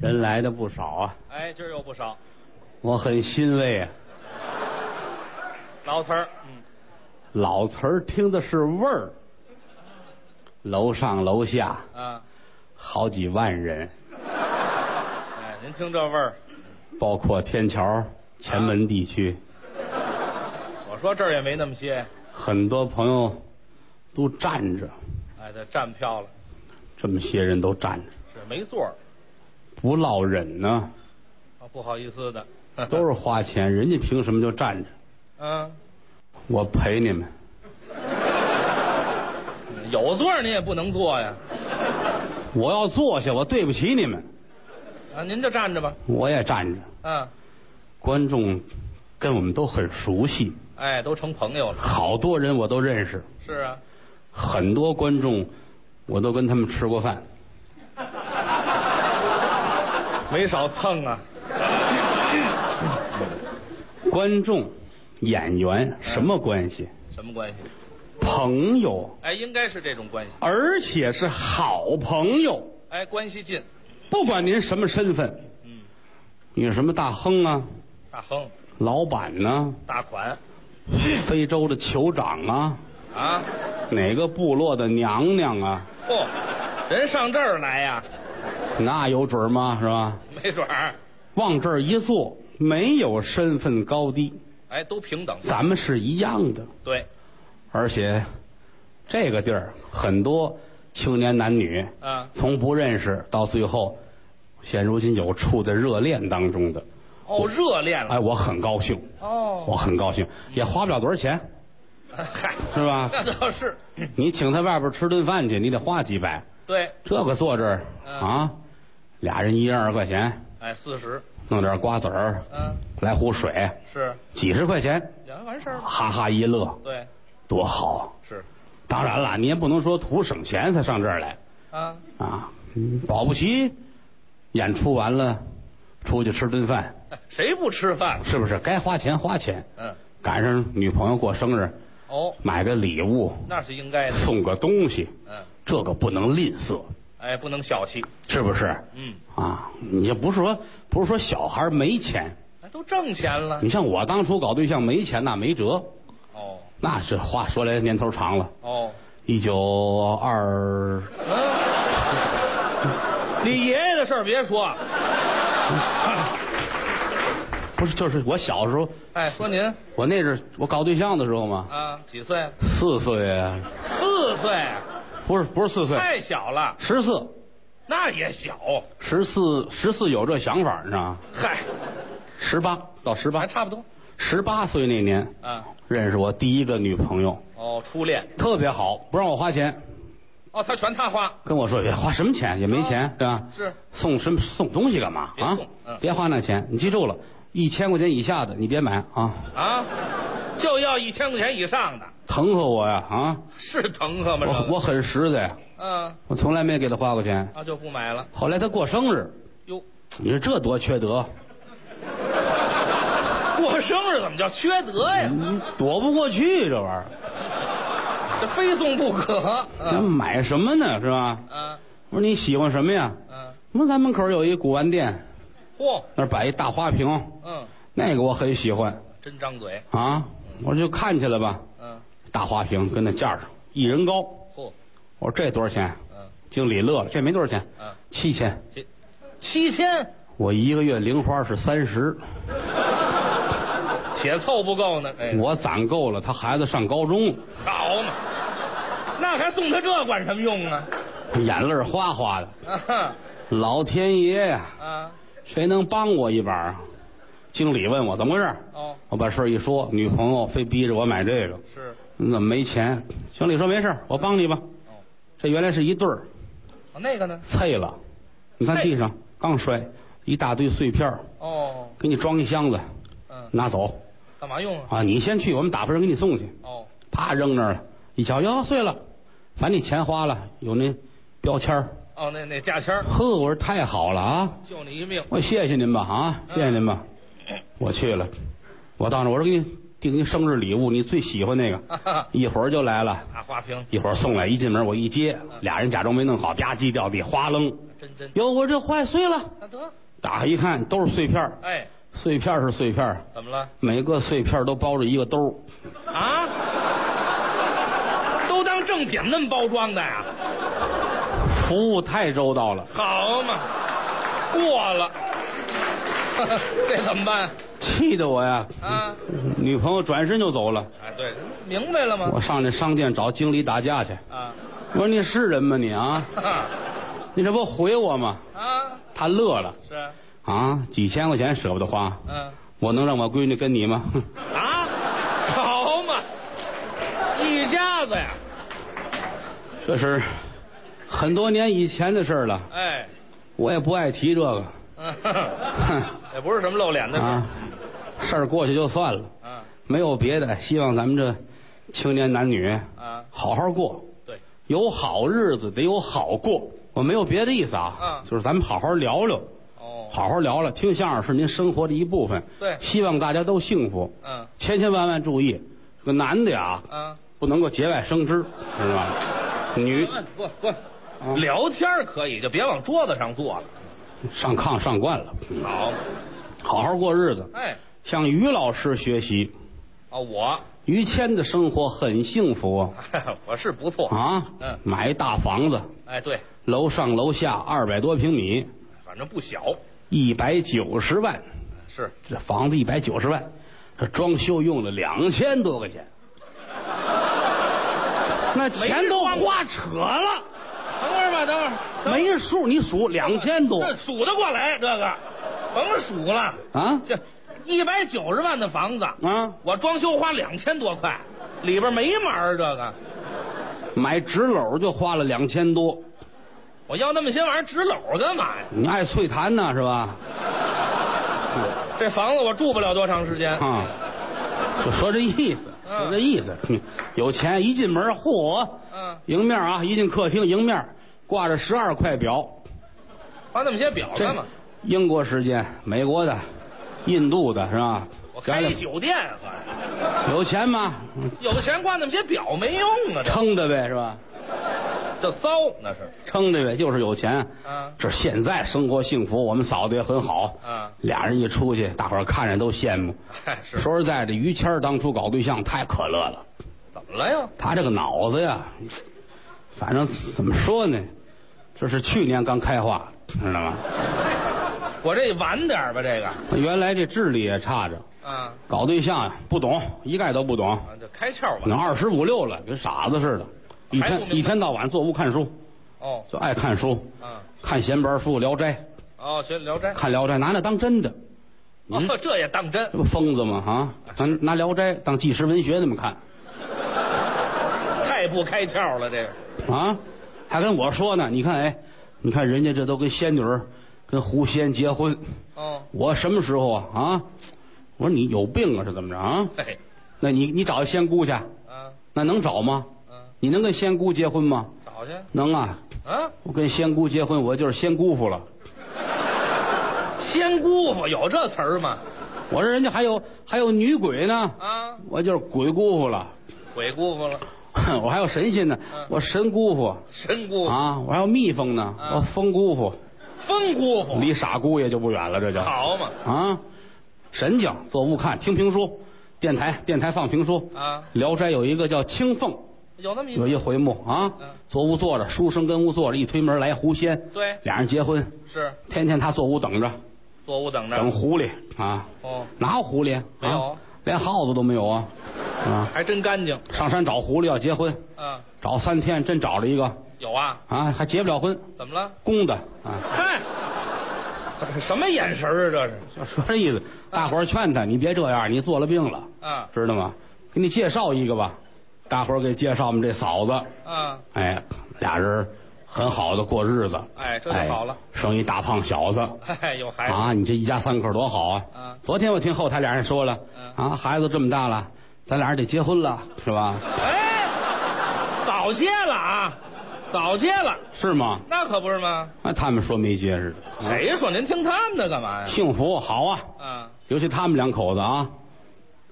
人来的不少啊，哎，今儿有不少我很欣慰啊。老词儿，嗯，老词儿听的是味儿，楼上楼下啊，好几万人，哎，您听这味儿，包括天桥、前门地区，我说这儿也没那么些，很多朋友都站着，哎，这站票了，这么些人都站着，是没座儿，不落忍呢，啊，不好意思的，都是花钱，人家凭什么就站着？ 嗯，我陪你们，有座儿您也不能坐呀，我要坐下，我对不起你们，啊，您就站着吧，我也站着。嗯，观众跟我们都很熟悉，哎，都成朋友了，好多人我都认识，是啊，很多观众我都跟他们吃过饭。没少蹭啊，观众、演员什么关系？什么关系？朋友，哎，应该是这种关系，而且是好朋友。哎，关系近，不管您什么身份，嗯，你是什么大亨啊，大亨，老板呢、大款，非洲的酋长啊，啊，哪个部落的娘娘啊，嚯、人上这儿来呀，那有准儿吗？是吧？没准儿，往这儿一坐，没有身份高低，哎，都平等，咱们是一样的。对，而且这个地儿很多青年男女，啊，从不认识到最后，现如今有处在热恋当中的，哦，热恋了哎，，我很高兴，哦我很高兴，也花不了多少钱， 嗨，是吧那倒是， 你请他外边吃顿饭去，你得花几百，对，这个坐这儿嗯啊，俩人一人二十块钱，哎，四十，弄点瓜子儿，嗯，来壶水，是，几十块钱，两完事儿了，哈哈一乐，对，多好！是，当然了，你也不能说图省钱才上这儿来啊，啊，嗯保不齐演出完了出去吃顿饭，哎 谁不吃饭？是不是该花钱花钱？嗯，赶上女朋友过生日，哦，买个礼物，那是应该的，送个东西，嗯，这个不能吝啬，哎，不能小气，是不是？嗯，啊，你就不是说不是说小孩没钱，哎都挣钱了你，像我当初搞对象没钱那没辙，哦，那是话说来年头长了，哦，一九二，嗯，你爷爷的事儿别说，不是就是我小时候，哎，说您我那阵儿我搞对象的时候嘛，啊，几岁？四岁啊，四岁，啊不是不是四岁，太小了，十四，那也小，十四十四有这想法，你知道吗？嗨，十八到十还八，差不多，十八岁那年啊，认识我第一个女朋友，哦，初恋，特别好，不让我花钱，哦，他全他花，跟我说别花什么钱，也没钱，对吧？是送什么送东西干嘛啊别啊送？嗯别花那钱，你记住了，一千块钱以下的你别买啊，啊，就要一千块钱以上的，疼死我呀啊！是疼呵吗？这哦我个我很实在，嗯，我从来没给她花过钱。那就不买了。后来她过生日，哟，你说这多缺德，过生日怎么叫缺德呀？嗯躲不过去这玩意儿。这非送不可。咱嗯买什么呢？是吧？嗯我说你喜欢什么呀？嗯，我说咱门口有一古玩店，嚯，那儿摆一大花瓶，嗯，那个我很喜欢真张嘴。啊。我说就看去了吧，嗯，大花瓶跟那架上一人高。嚯，我说这多少钱？嗯经理乐了，这没多少钱，嗯，七千。七七千，我一个月零花是三十，且凑不够呢。哎，我攒够了。他孩子上高中，好嘛，那还送他这管什么用啊？眼泪哗哗的。啊哈老天爷呀，啊，谁能帮我一把啊？经理问我怎么回事，哦，我把事儿一说，女朋友非逼着我买这个。是，你怎么没钱？经理说没事儿，我帮你吧。哦，这原来是一对儿，哦那个呢？碎了，你看碎地上刚摔一大堆碎片儿，哦，给你装一箱子，嗯，拿走干嘛用啊？啊！你先去，我们打发人给你送去。哦，啪扔那儿了，一瞧哟碎了，反正你钱花了，有那标签儿。哦，那那价签儿呵，我说太好了啊！救你一命。嗯我谢谢您吧啊，谢谢您吧。我去了，我到那儿我说给你订一生日礼物，你最喜欢那个，啊一会儿就来了，大花瓶，一会儿送来，一进门我一接，俩人假装没弄好，吧唧掉地，哗楞，真真，哟，我这坏碎了，那得，打开一看都是碎片儿，哎，碎片儿是碎片儿，怎么了？每个碎片儿都包着一个兜儿，啊？ 都当正品那么包装的呀？服务太周到了，好嘛，过了， 这怎么办？气得我呀，啊？女朋友转身就走了，哎，对，明白了吗？我上这商店找经理打架去，啊， 我说你是人吗你啊？你这不回我吗？啊，他乐了是啊，啊，几千块钱舍不得花，嗯，我能让我闺女跟你吗？ 哼啊，好嘛，一家子呀，这是很多年以前的事儿了，哎，我也不爱提这个 嗯，也不是什么露脸的事儿啊，事儿过去就算了，啊没有别的，希望咱们这青年男女啊，好好过，对，有好日子得有好过。我没有别的意思啊，嗯就是咱们好好聊聊，哦，好好聊聊。听相声是您生活的一部分，对希望大家都幸福。嗯千千万万注意，这个男的呀，啊，不能够节外生枝，知道吧？女啊不不，聊天儿可以，就别往桌子上坐了。上炕上惯了，好，好好过日子。哎，向于老师学习，啊，我 于谦的生活很幸福我是不错，啊嗯。买一大房子，哎，对，楼上楼下二百多平米，反正不小，一百九十万，是这房子一百九十万，这装修用了两千多块 钱，那钱都花扯了，等会儿吧，等会儿，等会儿没数你数两千多这数得过来，这个甭数了，啊这一百九十万的房子，啊！我装修花两千多块，里边没门儿，这个买纸篓就花了两千多，我要那么些玩意儿纸篓干嘛呀？你爱翠檀呢是吧？这房子我住不了多长时间，啊，就说这意思，嗯说这意思。哼有钱一进门，嚯，嗯，迎面啊，一进客厅，迎面挂着十二块表，花那么些表干嘛？英国时间、美国的、印度的是吧？我开一酒店，我有钱吗？嗯有钱挂那么些表没用啊，撑的呗是吧？这这骚那是，撑着呗，就是有钱。啊这现在生活幸福，我们嫂子也很好。啊，俩人一出去，大伙儿看着都羡慕。嗨哎是说实在的，于谦儿当初搞对象太可乐了。怎么了呀？他这个脑子呀，反正怎么说呢，这是去年刚开化，知道吗？我这晚点儿吧，这个原来这智力也差着，啊搞对象呀不懂，一概都不懂，啊，这开窍那吧，二十五六了，跟傻子似的，一还不天明白一天到晚坐屋看书，哦就爱看书，啊看闲白书《聊斋哦，学《聊斋》，看《聊斋》，拿那当真的，你哦这这也当真这，不疯子吗？啊，拿拿《聊斋》当纪实文学那么看太不开窍了，这个啊，还跟我说呢，你看哎，你看人家这都跟仙女儿跟狐仙结婚。哦，我什么时候啊？啊！我说你有病啊，是怎么着啊？嘿那你你找仙姑去，啊那能找吗？啊，你能跟仙姑结婚吗？找去能啊！啊。我跟仙姑结婚，我就是仙姑父了。仙姑父有这词儿吗？我说人家还有还有女鬼呢，啊，我就是鬼姑父了。 鬼姑父了，我还有神仙呢嗯，我神姑父神姑父，啊，我还有蜜蜂呢，嗯我蜂姑父，风姑父，离傻姑爷就不远了，这就好嘛啊！神经坐屋看，听评书，电台电台放评书，啊， 《聊斋》有一个叫青凤，有那么一有一回幕啊嗯，左屋坐着，书生跟屋坐着，一推门来狐仙，对俩人结婚，是天天他坐屋等着，坐屋等着等狐狸啊，哦，哪有狐狸？啊没有，连耗子都没有啊，啊，还真干净上山找狐狸要结婚，啊，找三天真找着一个有啊，啊，还结不了婚，怎么了？公的啊，嗨，这什么眼神儿啊？这就是说这意思，大伙儿劝他，你别这样，你做了病了，啊知道吗？给你介绍一个吧，大伙儿给介绍我们这嫂子，啊，哎，俩人很好的过日子，哎，这就好了，哎，生一大胖小子哎，有孩子啊！你这一家三口多好啊！嗯昨天我听后台俩人说了，嗯啊，孩子这么大了，咱俩人得结婚了，是吧？哎，早结了啊，早结了，是吗？那可不是吗？啊，他们说没结似的，谁说您听他们的干嘛呀？幸福好啊！啊，尤其他们两口子啊，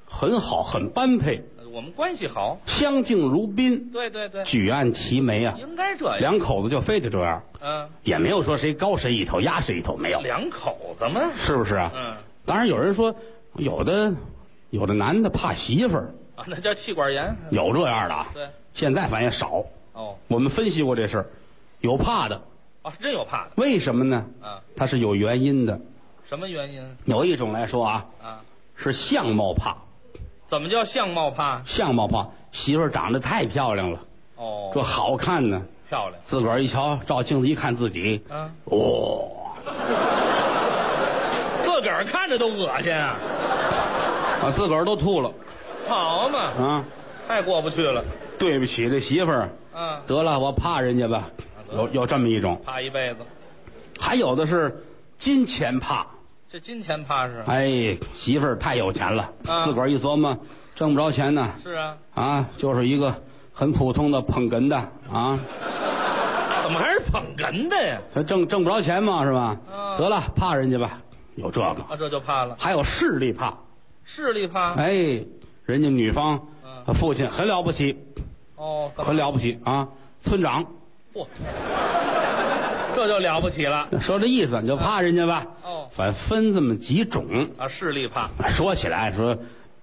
很好，很般配，呃我们关系好。相敬如宾，对对对，举案齐眉啊，应该这样。两口子就非得这样，嗯、也没有说谁高谁一头，压谁一头，没有，两口子嘛。是不是啊？嗯当然有人说，有的有的男的怕媳妇儿，啊，那叫气管炎。有这样的啊，对，现在反正也少。哦，我们分析过这事儿，有怕的，啊，真有怕的为什么呢？啊？它是有原因的。什么原因有一种来说啊，啊？是相貌怕，怎么叫相貌怕？相貌怕，媳妇儿长得太漂亮了，哦，这好看呢，漂亮。自个儿一瞧，照镜子一看自己，啊，哦，自个儿看着都恶心啊！啊，自个儿都吐了好嘛，啊！太过不去了。对不起，这媳妇儿，啊，得了，我怕人家吧，有有这么一种，怕一辈子，还有的是金钱怕，这金钱怕是？哎，媳妇儿太有钱了，啊自个儿一琢磨，挣不着钱呢，是啊，啊，就是一个很普通的捧哏的啊，怎么还是捧哏的呀？他挣挣不着钱嘛，是吧？啊得了，怕人家吧，有这个，啊，这就怕了，还有势力怕，势力怕。哎，人家女方嗯她父亲很了不起，哦，怎么很了不起啊，村长，嚯，这就了不起了。说这意思你就怕人家吧，哦，反正分这么几种，啊，势力怕。说起来说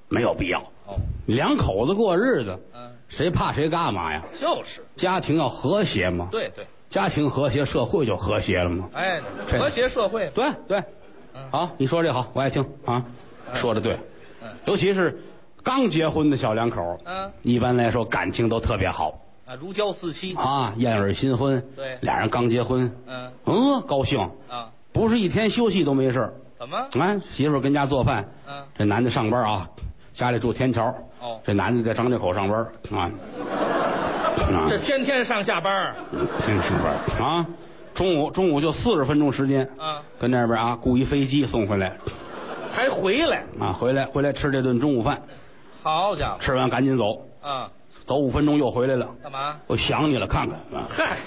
没有必要，哦，两口子过日子，嗯，谁怕谁干嘛呀？就是，家庭要和谐嘛，嗯对对，家庭和谐，社会就和谐了嘛。哎，这和谐社会。对对，嗯好，你说这好，我爱听啊，说的对，嗯尤其是刚结婚的小两口，嗯，一般来说感情都特别好啊，如胶似漆。啊，燕尔新婚，对俩人刚结婚，嗯嗯，高兴，啊，不是一天休息都没事儿。怎么？哎，媳妇儿跟家做饭，嗯，这男的上班啊，家里住天桥，哦，这男的在张家口上班啊，啊，这天天上下班儿真上班啊，中午中午就四十分钟时间，啊，跟那边啊雇一飞机送回来才回来。啊，回来回来吃这顿中午饭，好家伙，吃完赶紧走，啊，走五分钟又回来了，干嘛？我想你了，看看啊，嗨，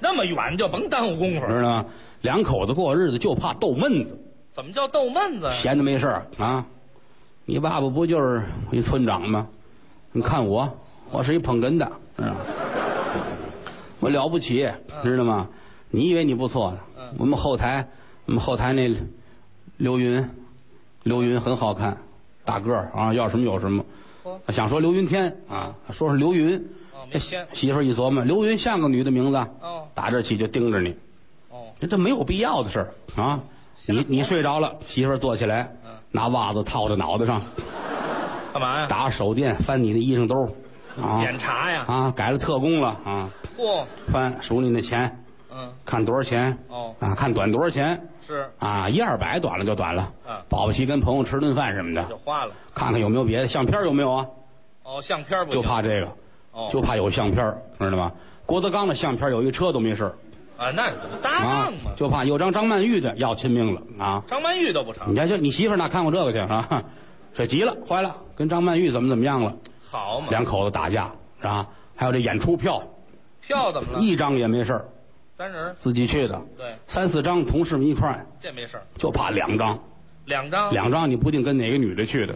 那么远就甭耽误功夫。知道吗？两口子过日子就怕逗闷子，怎么叫逗闷子呀？闲的没事儿啊。你爸爸不就是一村长吗？你看我，我是一捧哏的，知道吗？我了不起，知道吗？你以为你不错呢嗯？我们后台，我们后台那刘云，刘云很好看，大个儿啊，要什么有什么。嚯想说刘云天啊，说是刘云，哦，这没天媳妇儿一琢磨，刘云像个女的名字啊，哦打这起就盯着你，哦，这这没有必要的事儿啊！你你睡着了，媳妇儿坐起来嗯，拿袜子套在脑袋上，干嘛呀？打手电翻你的衣裳兜儿，啊检查呀？啊，改了特工了啊，嚯，翻数你那钱，嗯，看多少钱哦，啊，看短多少钱是，啊，一二百短了就短了，嗯，保不齐跟朋友吃顿饭什么就的，花了。看看有没有别的相片儿有没有啊？哦，相片不就行怕这个，哦，就怕有相片儿，知道吗？郭德纲的相片儿有一车都没事儿啊，那不搭啊档嘛，。就怕有张张曼玉的要亲命了啊。张曼玉都不你成，瞧，就你媳妇儿哪看过这个去啊？这急了，坏了，跟张曼玉怎么怎么样了？好嘛？两口子打架是吧？还有这演出票，票怎么了？一张也没事儿单人儿，自己去的，对，三四张同事们一块儿，这没事儿。就怕两张，两张，两张你不定跟哪个女的去的。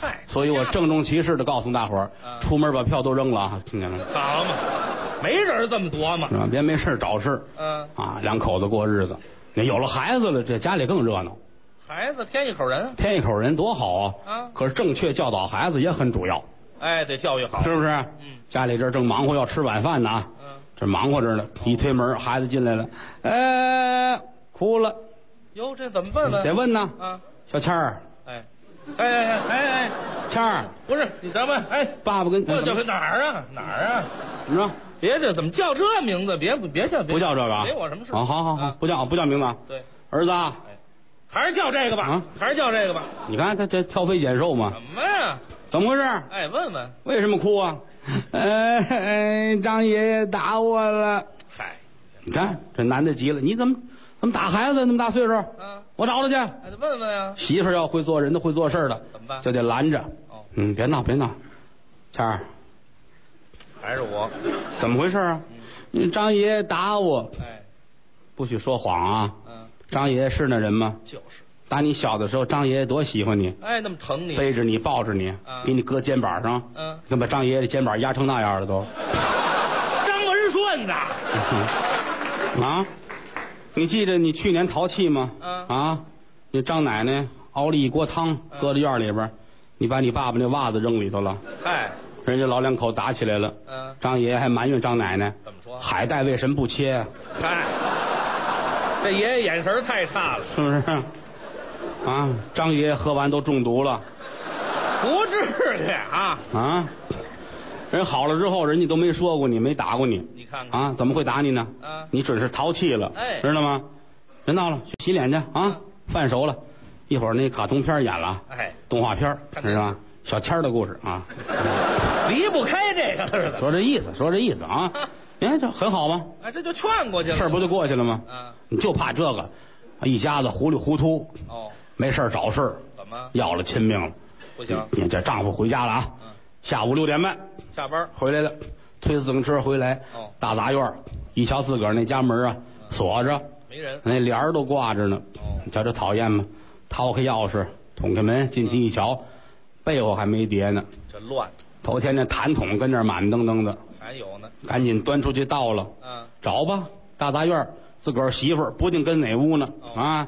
嗨，所以我嗯吓郑重其事的告诉大伙儿，嗯出门把票都扔了啊，听见了吗？好嘛，没人这么琢磨是。吧？别没事儿找事儿嗯，啊，两口子过日子。那有了孩子了，这家里更热闹，孩子添一口人，添一口人多好啊！啊可是正确教导孩子也很主要，哎，得教育好。是不是？嗯家里这儿正忙活要吃晚饭呢啊，嗯，这忙活着呢，一推门，孩子进来了，呃，哭了，哟，这怎么问得问？问呢。啊，小倩儿，哎，哎哎哎哎哎，倩儿，不是你咱们哎，爸爸跟这怎这么哪儿啊哪儿啊？怎么着？别这怎么叫这名字？别别叫别不叫这个啊？没我什么事。啊，好好好，啊不叫不叫名字啊。对，儿子啊，还是叫这个吧啊，还是叫这个吧。你看他这挑肥拣瘦嘛什，么呀？怎么回事？哎，问问，为什么哭啊？ 呃，哎张爷爷打我了。嗨，你看这男的急了，你怎么怎么打孩子？那么大岁数，啊，我找他去。还得问问啊，媳妇儿要会做人的，会做事儿的，怎么办？就得拦着。哦，嗯，别闹，别闹，倩儿，还是我，怎么回事啊？你张爷爷打我，哎，不许说谎啊！嗯，张爷爷是那人吗？就是，打你小的时候，张爷爷多喜欢你，哎，那么疼你，背着你，抱着你，啊给你搁肩膀上，嗯那把张爷爷的肩膀压成那样了都。 张文顺呐，啊，你记得你去年淘气吗？嗯啊，你张奶奶熬了一锅汤，嗯搁在院里边儿，你把你爸爸那袜子扔里头了，哎，人家老两口打起来了。嗯，张爷爷还埋怨张奶奶，怎么说？海带为什么不切啊呀？嗨，这爷爷眼神儿太差了，是不是？啊，张爷爷喝完都中毒了不至于啊！啊！人好了之后，人家都没说过你，没打过你你看看，啊，怎么会打你呢？啊，你准是淘气了，哎知道吗？别闹了，去洗脸去啊！饭熟了，一会儿那卡通片演了，哎，动画片看知道吗？小千儿的故事啊，离不开这个似的。说这意思，说这意思 啊，哎，这很好吗？哎，这就劝过去了。事儿不就过去了吗？啊？你就怕这个，一家子糊里糊涂，哦，没事儿找事儿，怎么要了亲命了。不行？你这丈夫回家了啊，嗯，下午六点半下班儿回来了，推自行车回来哦，大杂院儿一瞧自个儿那家门啊锁着，没人。那帘儿都挂着呢哦，你瞧这讨厌吗？掏开钥匙，捅开门，进去一瞧，被窝还没叠呢。这乱，头天那痰桶跟那儿满登登的，还有呢。赶紧端出去倒了， 嗯，找吧，大杂院儿自个儿媳妇儿不定跟哪屋呢哦啊。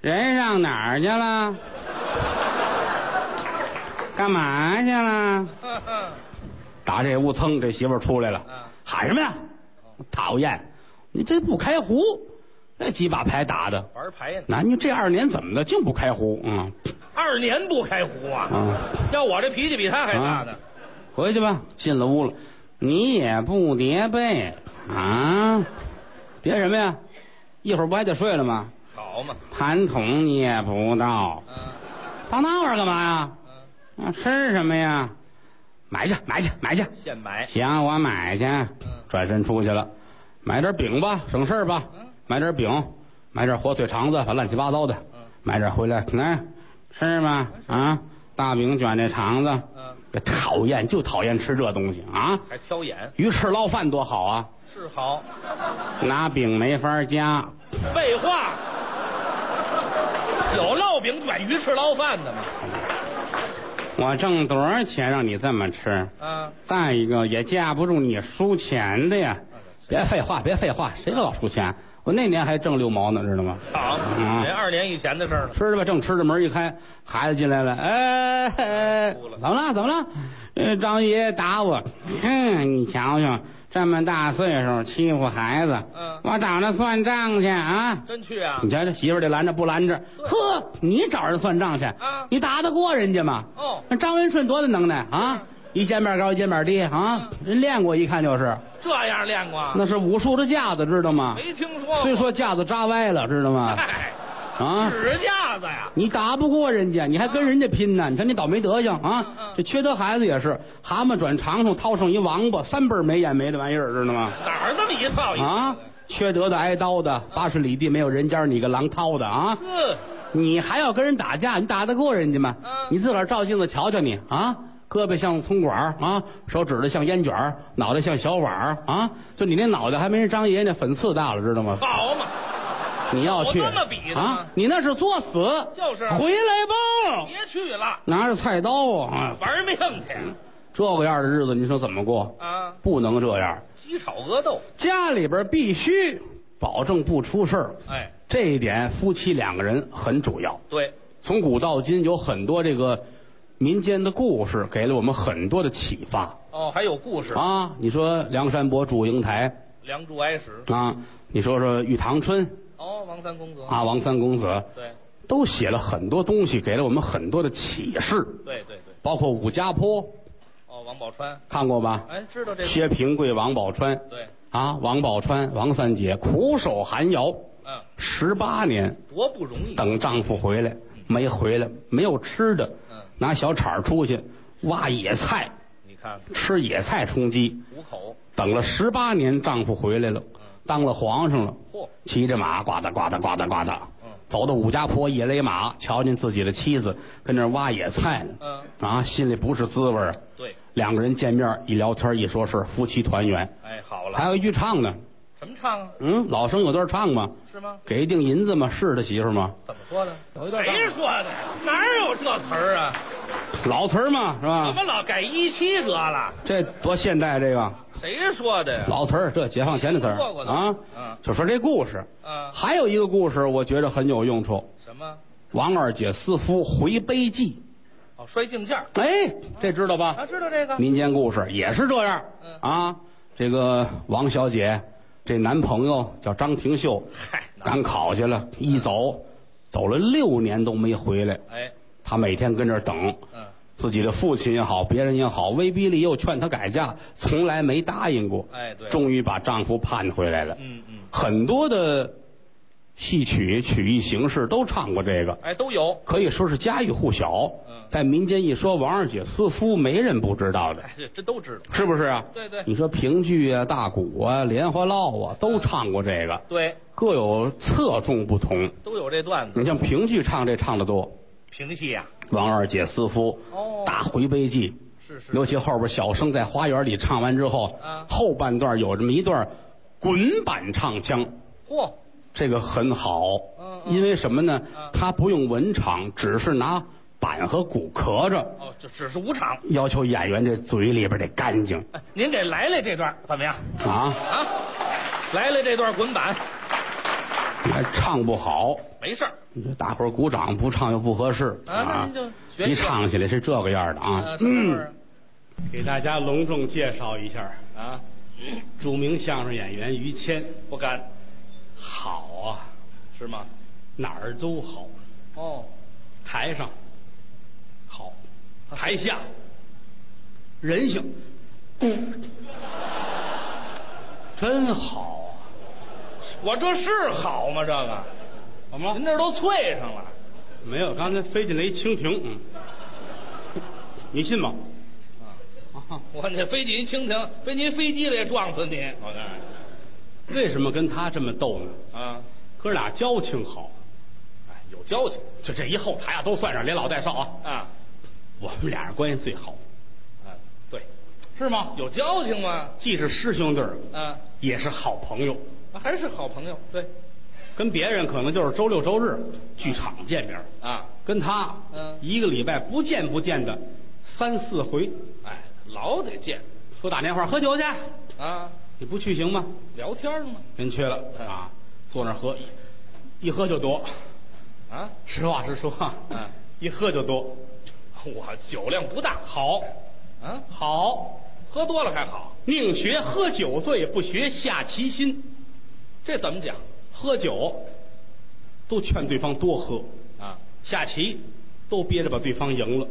人上哪儿去 了？干嘛去了？呵呵打这屋噌，这媳妇儿出来了，嗯哦喊什么呀？讨厌，你这不开壶，这几把牌打的，玩牌呢，男女这二年怎么的，竟不开壶？嗯二年不开壶啊！嗯，要我这脾气比他还大呢。回去吧。进了屋了，你也不叠被啊？叠什么呀？一会儿不还得睡了吗？好嘛，痰桶你也不倒，嗯到那玩意儿干嘛呀？嗯，啊，吃什么呀？买去，买去，买去。现买。行，我买去。转身出去了，买点饼吧，省事儿吧嗯。买点饼，买点火腿肠子，乱七八糟的。嗯买点回来，来吃吧。啊，大饼卷这肠子，嗯，这讨厌就讨厌吃这东西啊！还挑眼鱼翅捞饭多好啊，是好，拿饼没法夹。废话，有烙饼卷鱼翅捞饭的吗？我挣多少钱让你这么吃？啊，再一个也架不住你输钱的呀！别废话，别废话，谁老输钱？我那年还挣六毛呢，知道吗？啊好，嗯这啊二年以前的事儿了。吃着吧，正吃着，门一开，孩子进来了，哎，哎哭了怎么了？怎么了？呃，张爷爷打我，哼，你瞧瞧，这么大岁数欺负孩子，嗯我找他算账去啊！真去啊你？瞧这媳妇儿得拦着不拦着？呵，你找人算账去，啊你打得过人家吗？哦，那张文顺多大能耐嗯啊！一肩膀高，一肩膀低啊！人练过，一看就是，这样练过？那是武术的架子，知道吗？啊没听说过。虽说架子扎歪了，知道吗？哎，啊，指架子呀，你打不过人家，你还跟人家拼呢？你瞧你倒霉德行嗯啊嗯！这缺德孩子也是，蛤蟆转长虫，掏上一王八，三辈儿没眼没这玩意儿，知道吗？哪儿这么一套一套啊的？，缺德的挨刀的，八十里地没有人家，你个狼掏的啊！呵，你还要跟人打架，你打得过人家吗？嗯你自个儿照镜子瞧瞧你啊，胳膊像葱管儿啊，手指头像烟卷儿脑袋像小碗儿啊，就你那脑袋还没人张爷爷那粉刺大了，知道吗？好嘛，你要去哦我这么比的吗啊？你那是作死，就是啊回来吧，别去了，拿着菜刀啊，玩命去这个样的日子你说怎么过？啊！不能这样，鸡炒鹅豆，家里边必须保证不出事儿，哎，这一点夫妻两个人很主要。对，从古到今，有很多这个民间的故事，给了我们很多的启发哦，还有故事，《啊。你说梁山伯祝英台梁祝哀史》啊，你说说玉堂春哦，王三公子，啊，王三公子，对，都写了很多东西，给了我们很多的启示，对对对，包括武家坡，哦，王宝钏，看过吧？哎，知道这个，薛平贵、王宝钏对，啊，王宝钏、王三姐苦守寒窑嗯，十八年，多不容易，等丈夫回来没回来，没有吃的，嗯，拿小铲儿出去挖野菜。你看看吃野菜充饥，虎口，嗯等了十八年，丈夫回来了，当了皇上了，嚯，骑着马呱嗒呱嗒呱嗒呱嗒，嗯走到武家坡一勒马，瞧见自己的妻子跟那儿挖野菜呢，嗯，啊，心里不是滋味儿。对，两个人见面一聊天一说事，夫妻团圆。哎，好啊了还，有一句唱呢，什怎么唱啊？嗯，老生有段唱嘛，是吗？给一锭银子嘛，是他媳妇嘛，怎么说的？有一段谁说的？哪儿有这词儿啊？老词儿嘛，是怎吧？么老改一七得了？这多现代这个谁说的呀？老词儿，这解放前的词听说过儿的啊嗯，就说这故事。啊，还有一个故事，我觉得很有用处，什么？王二姐私夫回杯记，哦，摔镜架儿哎，这知道吧啊，？知道这个？民间故事也是这样嗯啊。这个王小姐这男朋友叫张廷秀，嗨，哪赶考去了，一嗯走走了六年都没回来，哎，她每天跟这儿等。嗯，自己的父亲也好，别人也好，威逼利诱劝她改嫁，从来没答应过。哎，对，终于把丈夫盼回来了。嗯嗯，很多的戏曲曲艺形式都唱过这个，哎，都有。可以说是家喻户晓嗯。在民间一说王二姐私夫，没人不知道的，哎，这这都知道。是不是啊？对对你说评剧啊、大鼓啊、莲花落啊，嗯都唱过这个，对，各有侧重不同。都有这段子。你像评剧唱这唱的多，评戏呀，王二姐私夫，哦大回杯记，是是，尤其后边小生在花园里唱完之后啊，后半段有这么一段滚板唱腔，嚯，这个很好嗯，嗯因为什么呢嗯？他不用文场，只是拿板和鼓壳着，哦，这只是五场。要求演员这嘴里边得干净哎，您给来来这段怎么样？啊，啊，来来这段滚板，你还唱不好，没事儿。你说大伙儿鼓掌不唱又不合适啊那您就学一一个唱起来是这个样的啊嗯呃，什，么味儿给大家隆重介绍一下啊？著名相声演员于谦，不敢，好啊，是吗？哪儿都好，哦，台上好，台下人性，真好啊！我这是好吗？这个怎么您？这都脆上了。没有，刚才飞进来一蜻蜓，嗯，你信吗？啊，我那飞机一蜻蜓，飞您飞机里撞死你！我告为什么跟他这么斗呢？诉你啊，哥俩交情好，哎，有交情就这一后台啊，都算上，连老带少啊，啊我们俩人关系最好，啊，对，是吗？有交情吗？既是师兄弟儿，啊，也是好朋友。还是好朋友，对跟别人可能就是周六周日剧场见面儿，啊，跟他嗯一个礼拜不见不见的三四回，哎，老得见说打电话喝酒去，啊，你不去行吗？聊天嘛人去了嗯啊，坐那儿喝，一一喝就多，啊， 实话实说，嗯，一喝就多，我酒量不大好，啊，好，喝多了还好，宁学喝酒醉，不学下棋心。这怎么讲喝酒都劝对方多喝，啊？下棋都憋着把对方赢了，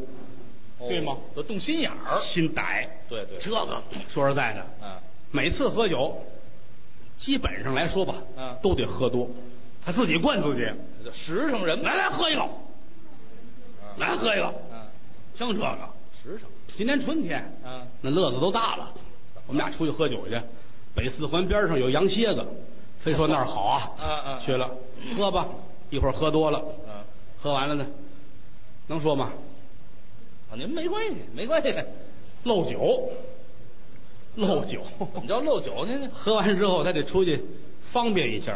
哦对吗？得动心眼儿，心歹。对对这个 说实在的，啊，每次喝酒，基本上来说吧，嗯都得喝多，他自己灌自己，这实诚人嘛来来喝一口，来喝一个，啊，像这个，实诚，今年春天，嗯那乐子都大了，我们俩出去喝酒去，北四环边上有羊蝎子，非说那儿好啊，嗯嗯去了，喝吧，一会儿喝多了，啊，喝完了呢，能说吗？啊，您没关系，没关系，漏酒， 漏 酒，怎么叫漏酒呢？喝完之后他得出去方便一下，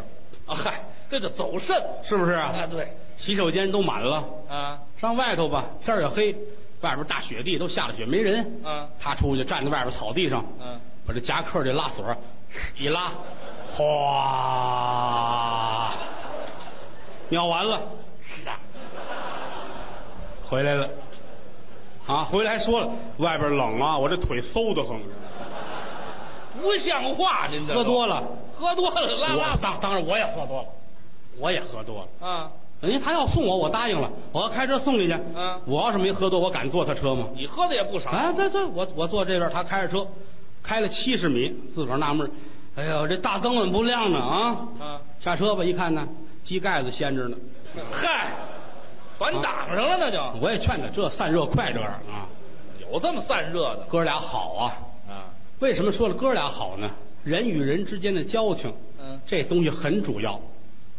啊嗨，这就走肾是不是啊，啊？对洗手间都满了，啊上外头吧，天儿也黑，外边大雪地都下了雪，没人。啊他出去站在外边草地上，嗯把这夹克这拉锁一拉，哗，尿完了，是啊，回来了，啊，回来还说了，外边冷啊，我这腿馊得很。不像话，您这喝多了，了，喝多了拉我拉当当然我也喝多了，我也喝多了。啊！人家他要送我，我答应了，我要开车送你去。嗯我要是没喝多，我敢坐他车吗？你喝的也不少，啊，对对，我我坐这边，他开着车，开了七十米，自个儿纳闷儿，哎呦，这大灯怎么不亮呢啊？啊，下车吧，一看呢，机盖子掀着呢。嗨，啊全挡上了，那就我也劝他，这散热快这玩意儿啊，有这么散热的哥俩好啊。啊？为什么说了哥俩好呢？人与人之间的交情，嗯，这东西很主要。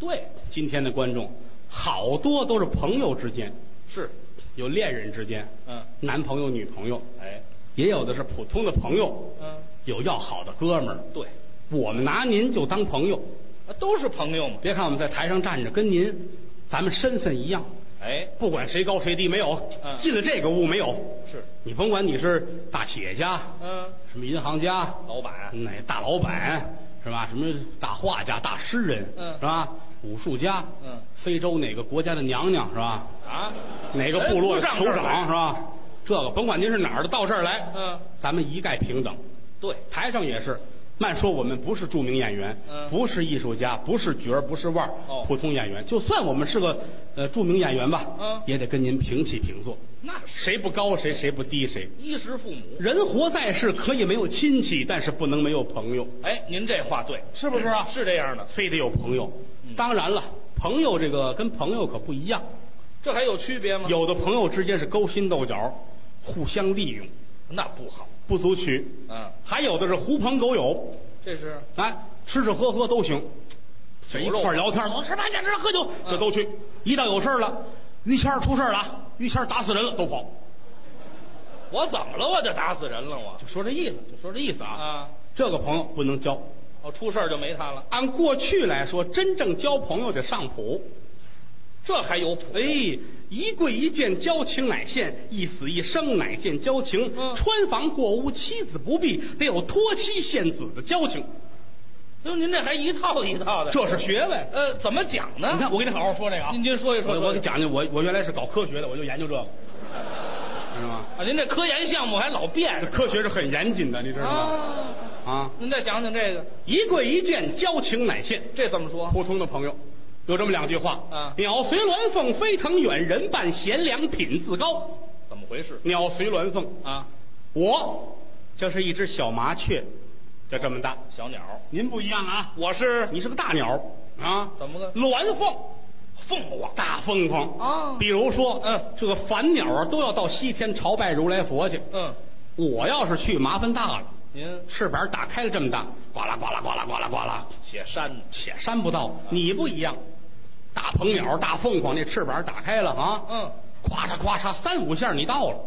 对，今天的观众好多都是朋友之间，是，有恋人之间，嗯，男朋友、女朋友，哎，也有的是普通的朋友，嗯，有要好的哥们儿，对，我们拿您就当朋友。啊都是朋友嘛。别看我们在台上站着，跟您咱们身份一样，哎，不管谁高谁低，没有嗯进了这个屋没有。是，你甭管你是大企业家，嗯，什么银行家，老板，那大老板是吧？什么大画家、大诗人，嗯是吧？武术家，嗯，非洲哪个国家的娘娘是吧？啊，哪个部落的哎酋不上这儿来长是吧？这个甭管您是哪儿的，到这儿来，嗯，咱们一概平等。对，台上也是，慢说我们不是著名演员，嗯不是艺术家，不是角儿，不是腕儿，哦普通演员。就算我们是个呃著名演员吧，嗯也得跟您平起平坐，那是谁不高谁，谁不低谁。衣食父母。人活在世，可以没有亲戚，但是不能没有朋友，哎，您这话对，是不是啊嗯是这样的，非得有朋友。嗯当然了，朋友这个跟朋友可不一样，这还有区别吗？，有的朋友之间是勾心斗角，互相利用，那不好。不足取；嗯，还有的是狐朋狗友，这是哎，吃吃喝喝都行，这一块儿聊天儿，走吃饭去，吃喝酒，这都嗯去。一到有事儿了，于谦儿出事儿了，于谦儿打死人了，都跑，我怎么了？我就打死人了我就说这意思，就说这意思啊。啊！这个朋友不能交。哦，出事儿就没他了，按过去来说，真正交朋友得上谱，这还有谱？哎，一跪一见交情乃现，一死一生乃见交情。嗯穿房过屋，妻子不避，得有托妻献子的交情，就您这还一套一套的，这是学问。呃怎么讲呢？你看，我给你好好说这个啊。您您说一说，我我说给一说讲讲，我我原来是搞科学的，我就研究 这个，知道吗？啊，您这科研项目还老 变科学是很严谨的，你知道吗？啊！啊，您再讲讲这个，一跪一见，交情乃现。这怎么说？普通的朋友，有这么两句话：啊鸟随鸾凤飞腾远，人伴贤良品自高。怎么回事鸟随鸾凤，啊？我就是一只小麻雀，就这么大。小鸟，您不一样啊，我是你是个大鸟啊，怎么个鸾凤，凤凰大凤凰哦比如说，嗯这个凡鸟啊，都要到西天朝拜如来佛去。嗯，我要是去，麻烦大了。您翅膀打开了这么大，呱啦呱啦呱啦呱啦呱啦，写山呢？且扇不到。你不一样，大鹏鸟、大凤凰那翅膀打开了啊，嗯，咵嚓咵嚓三五下你到了，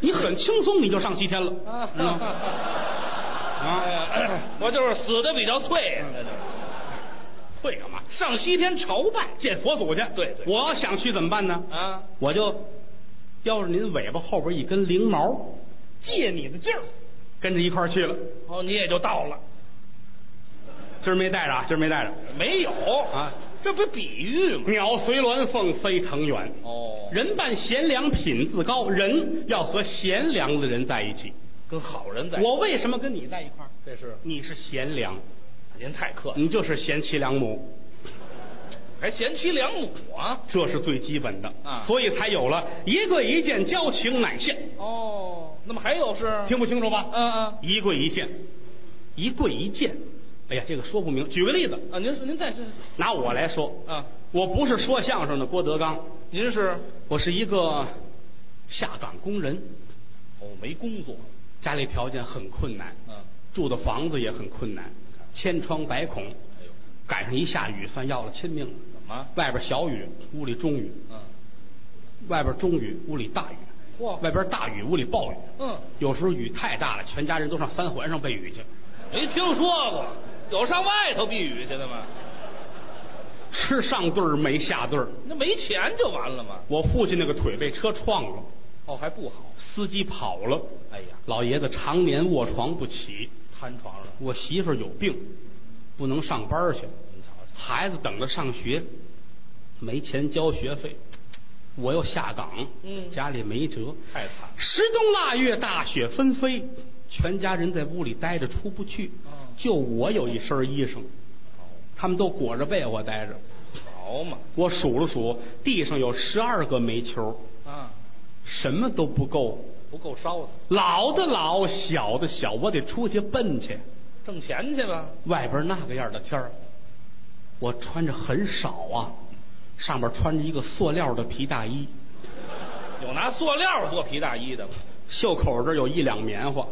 你很轻松你就上西天了，嗯啊知 道吗？啊，嗯啊， 我就是死的比较脆，会干嘛？上西天朝拜见佛祖去。对对我要想去怎么办呢？啊，我就叼着您尾巴后边一根翎毛，借你的劲儿，跟着一块儿去了。哦，你也就到了，今儿没带着啊，今儿没带着。没有啊，这不比喻吗？鸟随鸾凤飞腾远，哦人伴贤良品自高，人要和贤良的人在一起。跟好人在，我为什么跟你在一块儿？这是你是贤良，哎您太客气，你就是贤妻良母，还贤妻良母啊？这是最基本的啊所以才有了一跪一见，交情乃现。哦，那么还有是听不清楚吧？嗯嗯一跪一见，一跪一见。哎呀，这个说不明。举个例子，啊，您是您再是拿我来说，啊，我不是说相声的郭德纲，您是我是一个下岗工人，哦没工作，家里条件很困难，嗯，住的房子也很困难，千疮百孔。哎呦，赶上一下雨，算要了亲命了。怎么？外边小雨，屋里中雨；嗯，外边中雨，屋里大雨；嚯外边大雨，屋里暴雨。嗯，有时候雨太大了，全家人都上三环上避雨去。没听说过，有上外头避雨去的吗？吃上顿儿没下顿儿那没钱就完了吗？我父亲那个腿被车撞了，哦，还不好，司机跑了。哎呀，老爷子常年卧床不起，瘫床上，我媳妇儿有病，不能上班儿去，您瞧瞧，孩子等着上学，没钱交学费，我又下岗，嗯家里没辙。太惨了。十冬腊月，大雪纷飞，全家人在屋里待着出不去哦，就我有一身衣裳，他们都裹着被窝待着。好嘛，我数了数，地上有十二个煤球，啊，什么都不够，不够烧的，老的老，小的小，我得出去奔去。挣钱去吧。外边那个样的天儿，我穿着很少啊，上面穿着一个塑料的皮大衣，有拿塑料做皮大衣的吗？袖口这儿有一两棉花，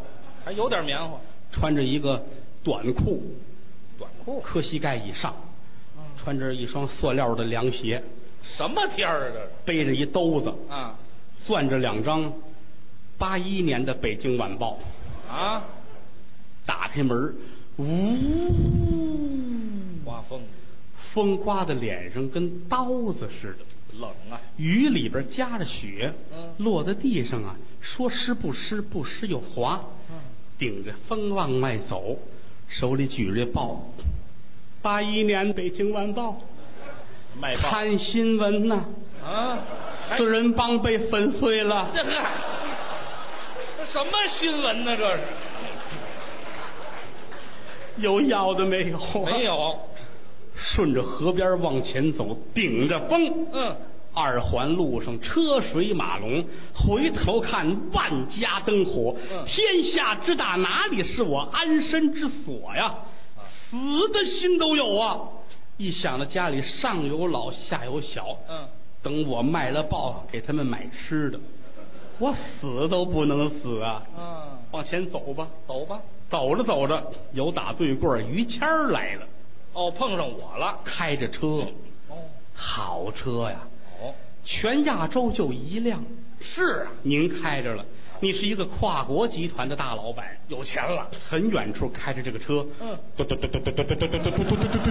还有点棉花，穿着一个短裤，短裤。磕膝盖以上，嗯穿着一双塑料的凉鞋，什么天儿啊这是？背着一兜子，啊攥着两张八一年的《北京晚报》，啊，打开门，呜，刮风，风刮在脸上跟刀子似的，冷啊！雨里边夹着雪，嗯落在地上啊，说湿不湿，不湿又滑，嗯顶着风往外走，手里举着报，八一年《北京晚报》卖哎报看新闻呐、啊！哎四人帮被粉碎了，这个这什么新闻呢？这是有要的没有、啊没。有，顺着河边往前走，顶着风，嗯，二环路上车水马龙，回头看万家灯火，嗯天下之大，哪里是我安身之所呀？啊死的心都有啊！一想到家里上有老下有小，嗯，等我卖了报给他们买吃的，我死都不能死啊！啊，往前走吧，走吧。走着走着，有打对过儿于谦儿来了，哦，碰上我了。开着车，哦，好车呀！哦，全亚洲就一辆，是啊，您开着了，你是一个跨国集团的大老板，有钱了。很远处开着这个车，嗯，嘟嘟嘟嘟嘟嘟嘟嘟嘟嘟嘟嘟嘟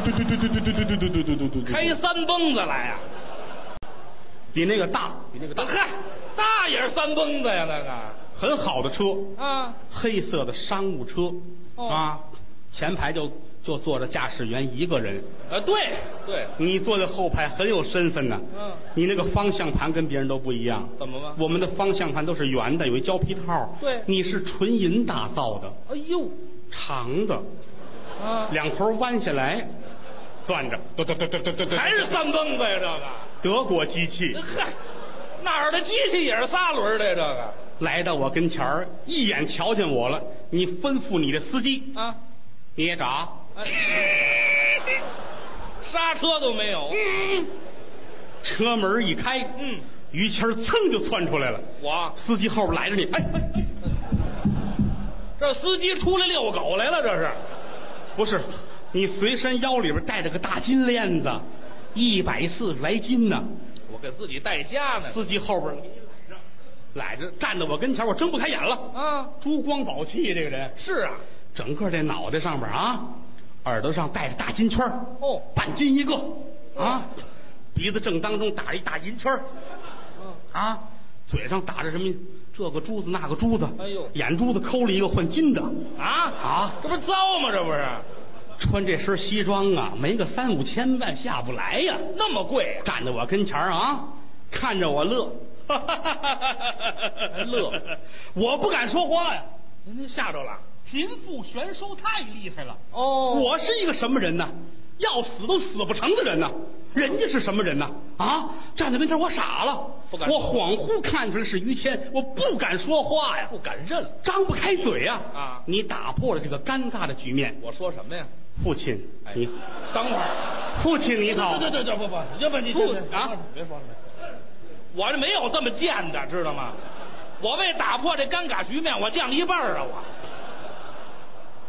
嘟嘟嘟嘟开三蹦子来呀、啊！比那个大，比那个大，嗨，大也是三蹦子呀，那个很好的车，啊，黑色的商务车，啊，前排就就坐着驾驶员一个人，呃，对对，你坐在后排很有身份呢，嗯你那个方向盘跟别人都不一样，怎么了我们的方向盘都是圆的，有一胶皮套，对你是纯银打造的，哎呦，长的，啊，两头弯下来，攥着，嘟嘟嘟嘟嘟嘟嘟还是三蹦子呀，这德国机器个，嗨，哪儿的机器也是仨轮儿的呀，这个来到我跟前儿，一眼瞧见我了，你吩咐你的司机，啊，你也找， 哎刹车都没有，车门一开，嗯，于谦儿噌就窜出来了，我司机后边拦着你，哎哎，哎这司机出来遛狗来了，这是不是，你随身腰里边带着个大金链子，一百四十来斤呢，我给自己带家呢，司机后边揽着站在我跟前儿，我睁不开眼了，啊，珠光宝气这个人。是啊，整个这脑袋上边啊，耳朵上戴着大金圈儿哦半金一个啊，鼻子正当中打着一大银圈儿啊，嘴上打着什么这个珠子那个珠子，哎呦眼珠子抠了一个换金的啊，啊，这不是糟吗？这不是穿这身西装啊，没个三五千万下不来呀、那么贵呀、站在我跟前儿啊，看着我乐， 乐，我不敢说话呀、您吓着了？贫富悬殊太厉害了。哦我我是一个什么人呢？要死都死不成的人呢。人家是什么人呢？啊，站在跟前我傻了，不敢我说恍惚看出来是于谦，我不敢说话呀，不敢认了。张不开嘴呀、啊你打破了这个尴尬的局面。我说什么呀？父亲，哎你好，等会儿，父亲你好，对对对对，不不，要不你不这这啊别说了，我这没有这么贱的，知道吗？我为打破这尴尬局面，我降一半儿啊，我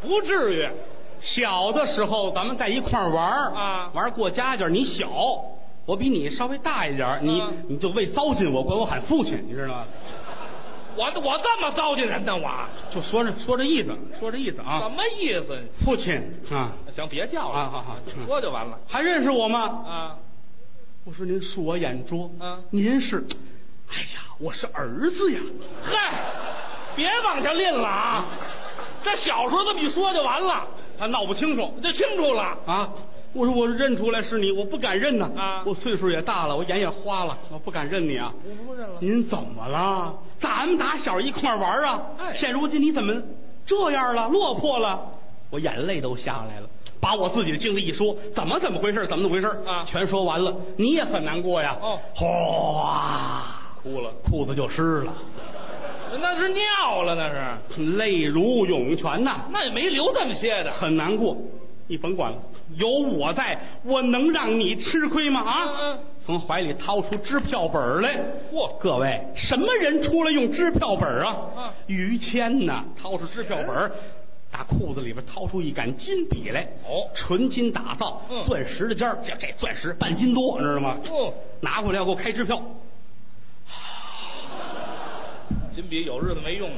不至于。小的时候咱们在一块儿玩儿啊玩儿过家家，你小，我比你稍微大一点儿，你、啊你就为糟践我，管我喊父亲，你知道吗？我我这么糟践人呢，我就说这说这意思，说这意思什啊，么意思？父亲啊。行，别叫了，啊好好嗯说就完了还认识我吗？啊。我说您恕我眼拙，嗯您是，哎呀，我是儿子呀，嗨，别往下拎了啊！这小时候这么一说就完了，啊，闹不清楚就清楚了。啊。我说我认出来是你，我不敢认呐、啊我岁数也大了，我眼也花了，我不敢认你啊。我不认了您怎么了？咱们打小一块儿玩啊，哎现如今你怎么这样了，落魄了？我眼泪都下来了，把我自己的经历一说，怎么怎么回事，怎么怎么回事啊全说完了，你也很难过呀。哦哗，哭了，裤子就湿了，那是尿了，那是，泪如涌泉呐、那也没留这么些的。很难过。你甭管了，有我在，我能让你吃亏吗？啊！嗯嗯从怀里掏出支票本儿来。嚯各位，什么人出来用支票本儿啊？嗯哎于谦呐，掏出支票本儿，打裤子里边掏出一杆金笔来。哦纯金打造，嗯钻石的尖儿，这这钻石半斤多，你知道吗？哦，拿过来要给我开支票。金笔有日子没用了，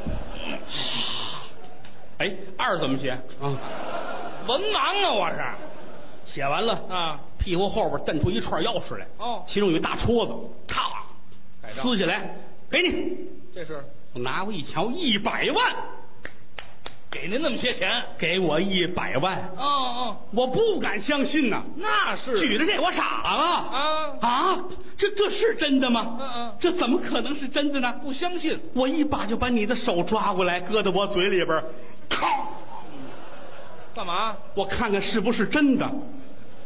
哎，二怎么写啊？文盲啊，我是。写完了啊，屁股后边蹬出一串钥匙来，哦其中有一大戳子，咔，盖章撕下来给你。这是我拿过一瞧，一百万，给您那么些钱。给我一百万，哦哦，我不敢相信呐、那是举着这我傻了啊啊！这这是真的吗？嗯嗯这怎么可能是真的呢？不相信，我一把就把你的手抓过来，搁到我嘴里边儿，靠！干嘛？我看看是不是真的，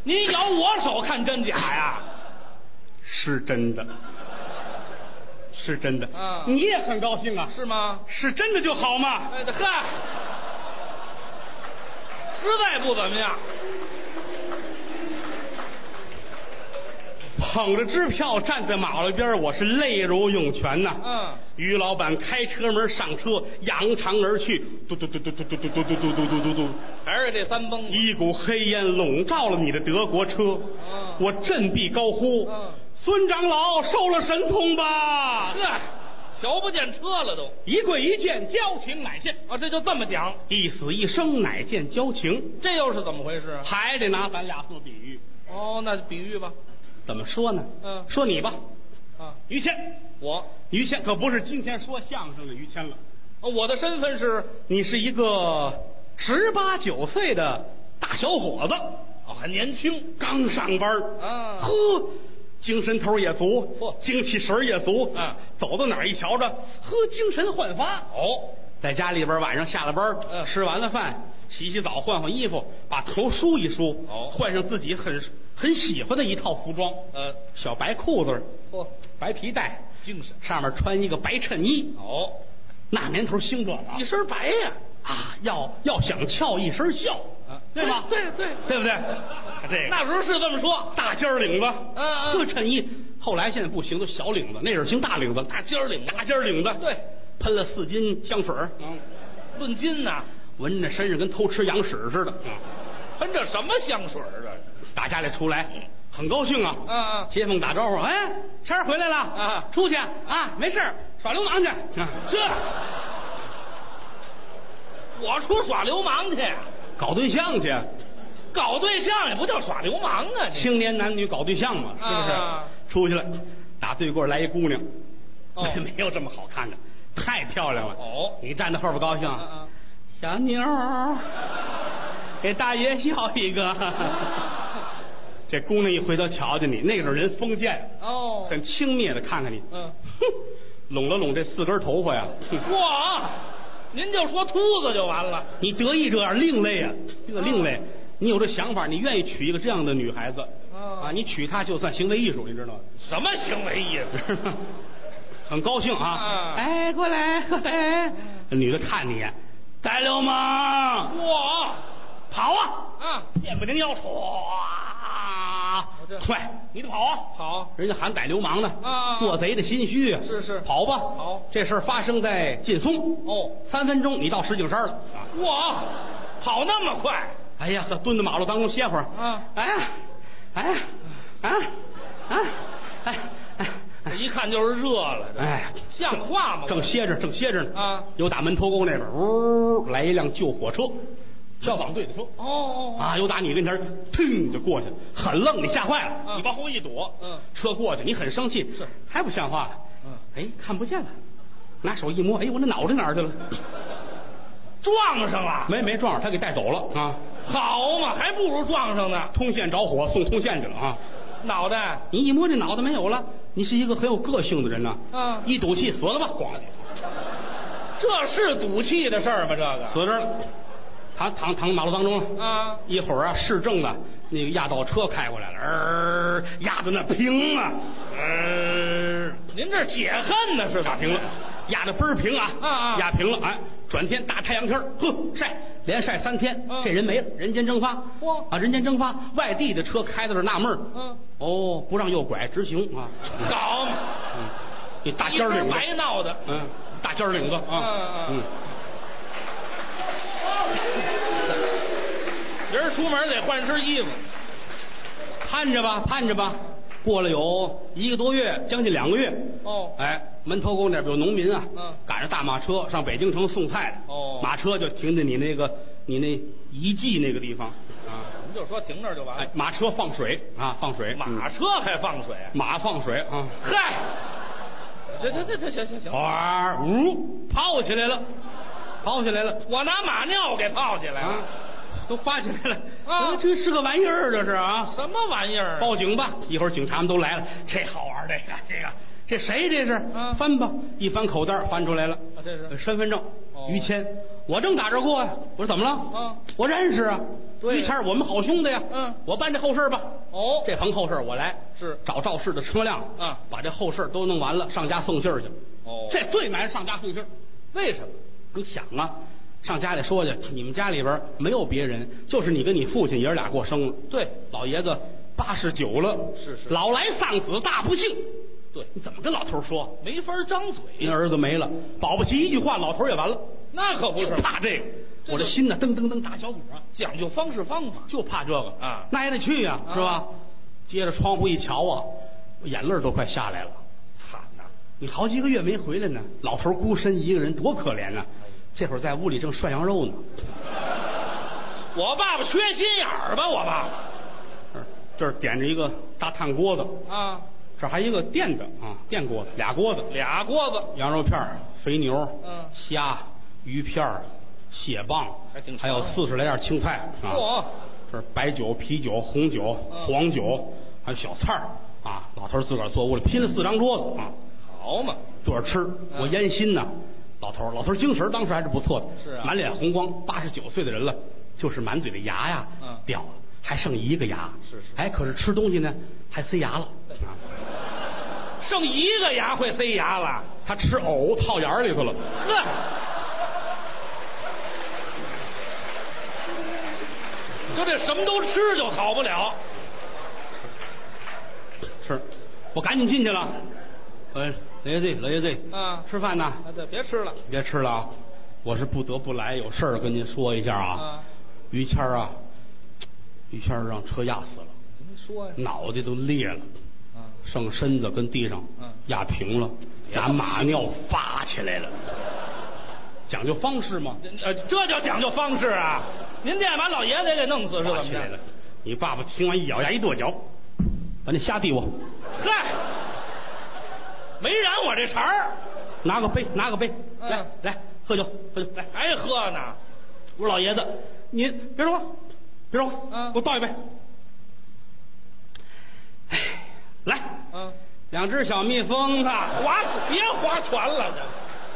您咬我手看真假呀？是真的，是真的。啊你也很高兴啊？是吗？是真的就好嘛。哎，嗨，实在不怎么样。捧着支票站在马路边儿，我是泪如涌泉呐、嗯，于老板开车门上车，扬长而去，嘟嘟嘟嘟嘟嘟嘟嘟嘟嘟嘟嘟嘟，还是这三蹦子。一股黑烟笼罩了你的德国车。嗯我振臂高呼嗯：“孙长老受了神通吧呵，瞧不见车了都！”一跪一见，交情乃现；啊！这就这么讲，一死一生，乃见交情。这又是怎么回事？啊还得拿咱俩做比喻，哦，那比喻吧。怎么说呢？嗯说你吧，啊，于谦，我，于谦可不是今天说相声的于谦了。哦我的身份是，你是一个十八九岁的大小伙子，哦，很年轻。刚上班儿啊呵，精神头儿也足，嚯精气神儿也足啊走到哪儿一瞧着，呵，精神焕发。哦，在家里边儿晚上下了班儿，嗯吃完了饭，洗洗澡，换换衣服，把头梳一梳，哦换上自己很很喜欢的一套服装，呃，小白裤子儿，嚯，白皮带，精神。上面穿一个白衬衣。哦，那年头兴这个啊一身白呀。啊，要要想翘一身笑，啊对吧？对对对啊对不对？这个那时候是这么说，大尖儿领子，嗯嗯各衬衣，后来现在不行，都小领子，那阵儿兴大领子，大尖儿领子大尖儿领子，对，喷了四斤香水儿，嗯，论斤呐，闻着身上跟偷吃羊屎似的。喷这什么香水儿啊？打家里出来，很高兴啊，嗯嗯街坊打招呼，哎，谦儿回来了啊出去啊，没事儿耍流氓去，啊这，我出耍流氓去，搞对象去，啊搞对象也不叫耍流氓啊！你青年男女搞对象嘛，是不是？啊出去了，打对过来一姑娘，哦 没有这么好看的，太漂亮了。哦你站在后边高兴，啊嗯嗯小妞儿，给大爷笑一个。 这姑娘一回头瞧见你，那个时候人封建，哦，很轻蔑的看看你，嗯，哼，拢了拢这四根头发呀，哼哇，您就说秃子就完了。你得意这样另类啊，这个另类。你有这想法，你愿意娶一个这样的女孩子、哦啊？你娶她就算行为艺术，你知道吗？什么行为意思？ 很高兴啊！啊哎，过来过来，女的看你，啊大流氓，哇，跑啊！啊，剑不灵腰，唰哦这，快，你得跑啊！好，人家喊逮流氓呢，啊做贼的心虚啊！是是跑吧！好这事儿发生在劲松哦，三分钟你到石景山了。啊哇，跑那么快，哎呀，呵，蹲在马路当中歇会儿。啊哎呀，哎呀，啊啊，哎哎这哎一看就是热了，这哎，像话吗？正歇着，正歇着呢。啊有打门头沟那边，呜，来一辆救火车，消防队的车。哦哦，哦啊，有打你跟前儿，腾就过去了，很愣，你吓坏了，嗯你往后一躲，嗯车过去，你很生气，是还不像话，嗯，哎，看不见了，拿手一摸，哎，我那脑袋哪儿去了？撞上了，没没撞上，他给带走了啊！好嘛，还不如撞上呢，通县着火，送通县去了啊！脑袋，你一摸这脑袋没有了，你是一个很有个性的人呐、嗯一赌气死了吧，咣，这是赌气的事儿吗？这个死这儿了，躺躺躺马路当中了。啊，一会儿啊，市政的那个压道车开过来了，呃，压的那平啊，呃，您这解恨呢是压咋平了，压的倍儿平啊，啊啊压平了，哎，转天大太阳天儿呵，晒，连晒三天，嗯这人没了，人间蒸发，嚯啊，人间蒸发，外地的车开到这儿纳闷儿，嗯，哦，不让右拐直行啊，好嘛，嗯，你大一尖儿领身子，白闹的，嗯，大尖儿领子啊，嗯嗯人出门得换身衣服，盼着吧，盼着吧，过了有一个多月，将近两个月。哦哎，门头沟那边有农民啊，嗯赶着大马车上北京城送菜的，哦马车就停在你那个你那遗迹那个地方，啊，您就说停那儿就完哎了。，马车放水啊，放水，马嗯车还放水？马放水啊，嗨，这这这这行行行，哗，呜，泡起来了，泡起来了我拿马尿给泡起来啊了，，都发起来了啊哎这是个玩意儿，这是啊，什么玩意儿啊？报警吧！一会儿警察们都来了，这好玩，这个这个，这谁这是？嗯翻吧！一翻口袋儿翻出来了，啊这是呃身份证哦，于谦。我正打着过呀、我说怎么了？嗯我认识啊，对于谦儿，我们好兄弟呀、嗯我办这后事儿吧。哦，这棚后事儿我来，是找肇事的车辆，嗯把这后事儿都弄完了，上家送信儿去。哦这最难上家送信儿。为什么？你想啊，上家里说去，你们家里边儿没有别人，就是你跟你父亲爷儿俩过生了。对，老爷子八十九了，是是老来丧子大不幸。对你怎么跟老头儿说？没法张嘴，您儿子没了，保不齐一句话，老头儿也完了。那可不是就怕这个，这就我这心呢，噔噔噔打小鼓啊，讲究方式方法。就怕这个啊那也得去呀、啊是吧？接着窗户一瞧啊，我眼泪儿都快下来了。惨呐、你好几个月没回来呢，老头儿孤身一个人，多可怜呐、啊这会儿在屋里正涮羊肉呢，我爸爸缺心眼儿吧？我爸这儿嗯这儿点着一个大炭锅子，爸啊，这儿还一个电的啊，电锅子，俩锅子，俩锅子，羊肉片儿、肥牛、嗯虾、鱼片儿、蟹棒，还挺还长有四十来样青菜啊。嚯这是白酒、啤酒、红酒、嗯黄酒，还有小菜儿啊。老头儿自个儿坐屋里拼了四张桌子啊，好嘛，坐着吃。嗯我烟熏呐，老头儿，老头儿精神当时还是不错的，是啊满脸红光，八十九岁的人了，就是满嘴的牙呀嗯掉了，还剩一个牙。是是哎，可是吃东西呢，还塞牙了。啊剩一个牙会塞牙了，他吃藕套眼儿里头了。呵，就这什么都吃就好不了。是，我赶紧进去了。哎，老爷子，老爷子，啊吃饭呢？啊，对，别吃了，别吃了啊，我是不得不来，有事儿跟您说一下啊啊。于谦儿啊，于谦儿让车压死了，您说呀脑袋都裂了，啊，剩身子跟地上嗯哎压平了，拿马尿发起来了。讲究方式嘛，呃，这叫讲究方式啊！您这样把老爷子也给弄死是怎发么起来着了？。你爸爸听完一咬牙一跺脚，把那虾递我，嗨，没染我这茬儿，拿个杯，拿个杯，嗯来来喝酒喝酒来。还喝呢？我说老爷子，您别说话，别说话，嗯给我倒一杯。哎，来，啊，两只小蜜蜂啊，划别划船了，这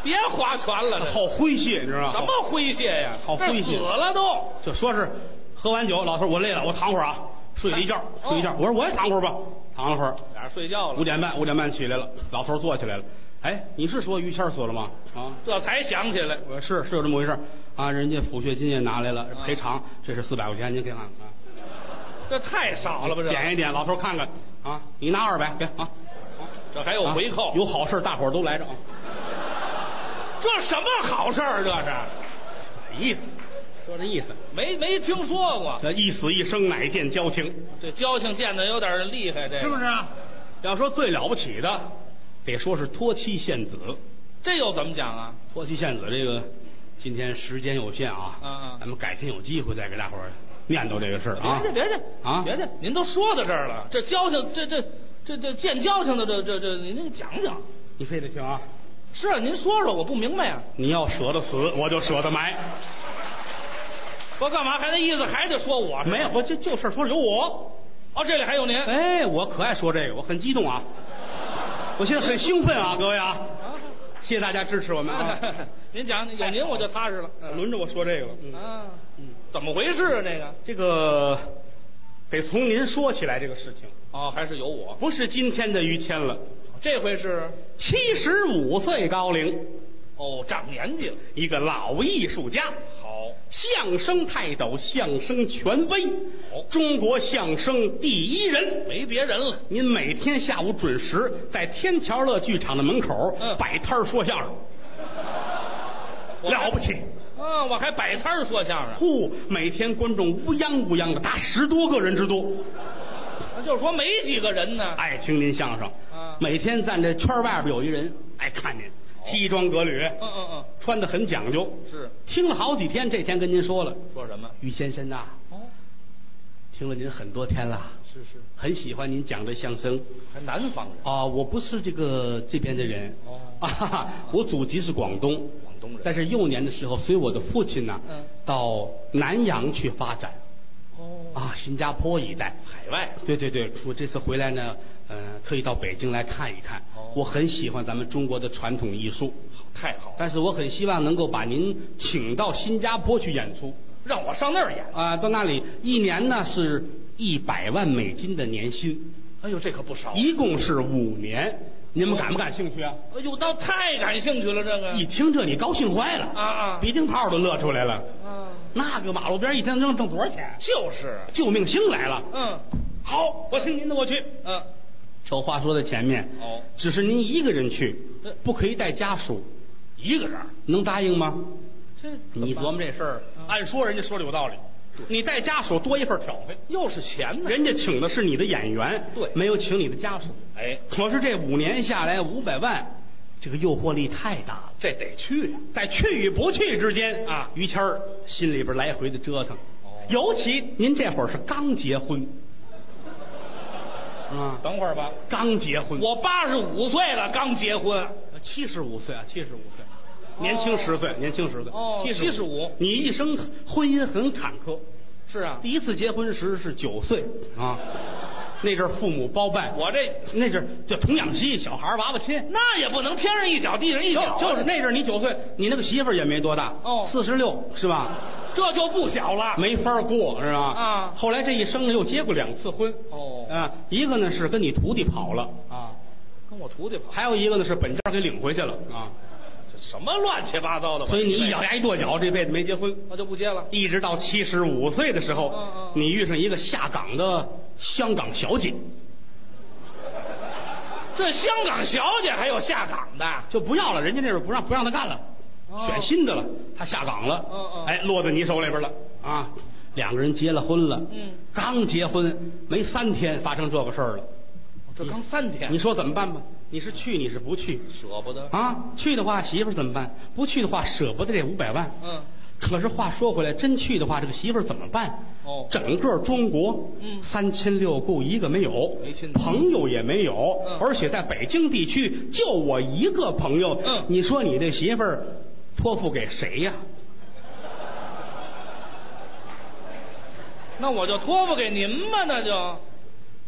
别划船了，这好诙谐，你知道吗？什么诙谐呀？好诙谐这死了都。就说是喝完酒，老头儿我累了，我躺会儿啊，睡了一觉，哎睡一觉。哦我说我也躺会儿吧，躺了会儿，俩人睡觉了，五，点半，五点半起来了，老头儿坐起来了。哎，你是说于谦儿死了吗？啊，这才想起来。我说是是有这么回事儿啊，人家抚恤金也拿来了，啊赔偿这是四百块钱，您给看看啊。这太少了吧？这点一点，老头儿看看啊，你拿二百给啊。这还有回扣，啊有好事大伙儿都来着啊，这什么好事儿？这是意思，说这意思，没没听说过，这一死一生乃见交情，这交情见的有点厉害，这个是不是？啊？要说最了不起的，得说是托妻献子。这又怎么讲啊？托妻献子这个，今天时间有限啊，嗯嗯咱们改天有机会再给大伙儿念叨这个事儿啊。别去，别去啊别去！您都说到这儿了，这交情，这这这这见交情的，这这这，您您讲讲。你非得听啊！是啊，您说说，我不明白啊呀、你要舍得死，我就舍得埋。我干嘛还那意思，还得说我？没有，我就就事儿说有我。哦，这里还有您。哎，我可爱说这个，我很激动啊，我现在很兴奋啊，各位啊，啊谢谢大家支持我们啊。 您讲，有您我就踏实了。嗯哎轮着我说这个了。嗯啊，怎么回事啊？这个这个得从您说起来这个事情，哦，还是有我。不是今天的于谦了，这回是七十五岁高龄，哦，长年纪了。一个老艺术家，好，相声泰斗，相声权威哦，中国相声第一人。没别人了。您每天下午准时在天桥乐剧场的门口嗯摆摊儿说相声，我还了不起！啊！我还摆摊儿说相声，呼，每天观众乌泱乌泱的达十多个人之多。那就是说哎没几个人呢。爱听您相声啊，每天站在圈外边有一人爱看您，西装革履，哦嗯嗯穿的很讲究。嗯，是听了好几天，这天跟您说了，说什么？于先生呐、哦，听了您很多天了，是是，很喜欢您讲的相声。还南方人，啊，我不是这个这边的人，哦啊， 我祖籍是广东，广东人但是幼年的时候，随我的父亲呢，嗯到南洋去发展，哦，啊，新加坡一带，海外对对对，我这次回来呢，呃，特意到北京来看一看。哦我很喜欢咱们中国的传统艺术，太好了，但是我很希望能够把您请到新加坡去演出让我上那儿演，啊、到那里一年呢是一百万美金的年薪，哎呦，这可不少，一共是五年，你们感不感兴趣啊？哎呦，倒太感兴趣了，这个一听这你高兴坏了嗯啊啊鼻涕泡都乐出来了。啊，那个马路边一天能挣多少钱？啊就是，救命星来了！嗯好，我听您的，我去。嗯，丑话说在前面，哦只是您一个人去呃，不可以带家属，一个人儿，能答应吗？这你琢磨这事儿嗯，按说人家说的有道理，你带家属多一份挑费，哎又是钱呢，人家请的是你的演员，对没有请你的家属。哎，可是这五年下来五百万，这个诱惑力太大了，这得去呀，在去与不去之间啊于谦儿心里边来回的折腾哦，尤其您这会儿是刚结婚，啊，等会儿吧，刚结婚，我八十五岁了，刚结婚，七十五岁啊，七十五岁，年轻十岁，年轻十岁，哦75 75你一生婚姻很坎坷，是啊，第一次结婚时是九岁 啊，那阵儿父母包办，我这那阵儿叫童养媳，小孩儿娃娃亲。那也不能天上一脚地上一就脚啊，就是那阵儿你九岁，你那个媳妇儿也没多大，哦四十六是吧？这就不小了，没法儿过是吧？啊后来这一生呢又结过两次婚，哦啊，一个呢是跟你徒弟跑了，啊，跟我徒弟跑，还有一个呢是本家给领回去了啊，这什么乱七八糟的？所以你一咬，牙一跺脚，这辈子没结婚。我就不接了。一直到七十五岁的时候，嗯嗯你遇上一个下岗的香港小姐，这香港小姐还有下岗的，就不要了，人家那边不让不让她干了，哦选新的了，她下岗了，嗯嗯哎，落在你手里边了啊！两个人结了婚了，嗯刚结婚没三天，发生这个事儿了，这刚三天，你说怎么办吧？你是去，你是不去舍不得。啊？去的话媳妇儿怎么办？不去的话舍不得这五百万，嗯，可是话说回来，真去的话，这个媳妇儿怎么办？哦整个中国，嗯三亲六故一个没有，没亲戚朋友也没有，嗯而且在北京地区就我一个朋友。嗯你说你这媳妇儿托付给谁呀、那我就托付给您吧，那就。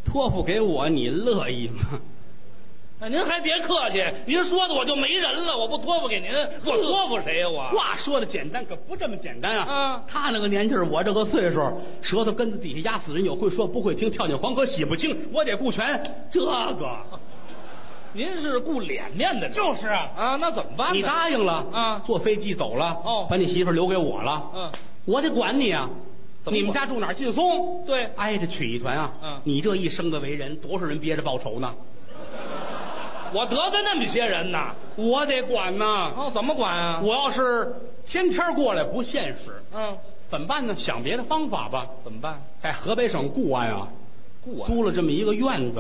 托付给我，你乐意吗？哎，您还别客气，您说的我就没人了，我不托付给您，我托付谁呀、我？话说的简单，可不这么简单啊！嗯他那个年纪儿，我这个岁数，舌头根子底下压死人，有会说不会听，跳进黄河洗不清，我得顾全这个。您是顾脸面的，就是啊啊，那怎么办呢？你答应了啊坐飞机走了，哦把你媳妇儿留给我了，嗯，我得管你啊。怎么管你们家住哪儿？劲松，对挨着曲艺团啊。嗯你这一生的为人，多少人憋着报仇呢？我得罪那么些人呐？我得管呐。哦，怎么管啊？我要是天天过来不现实，嗯，怎么办呢？想别的方法吧。怎么办？在河北省固安啊，雇我？租了这么一个院子，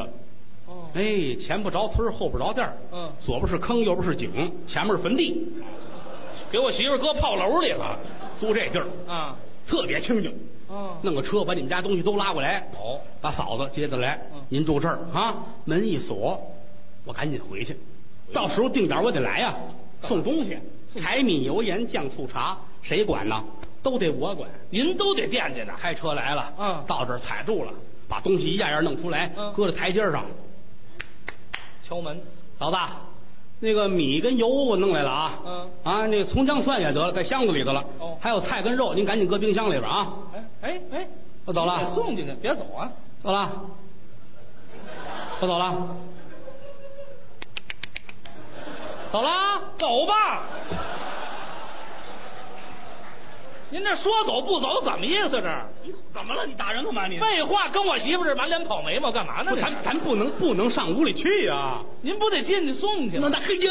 哦，哎，前不着村儿后不着店儿嗯左边是坑，右边是井，前面是坟地，给我媳妇儿搁炮楼里了租这地儿啊！特别清静。哦弄个车把你们家东西都拉过来，哦，把嫂子接过来嗯，您住这儿啊，门一锁，我赶紧回去，到时候定点我得来呀，嗯送东西，柴米油盐酱醋茶，谁管呢？都得我管。您都得惦记着。开车来了，嗯到这儿踩住了，把东西一样样弄出来，嗯搁在台阶上。敲门，嫂子，那个米跟油我弄来了啊，嗯啊，那个葱姜蒜也得了，在箱子里头了，哦还有菜跟肉，您赶紧搁冰箱里边啊。哎哎哎，我走了你给送进去，别走啊！走了，我走了，走了，走吧。您这说走不走，怎么意思这？怎么了？你打人干嘛你废话，跟我媳妇儿满脸跑眉毛干嘛呢不，？这咱咱不能不能上屋里去啊！您不得进去送去那吗？那嘿呀，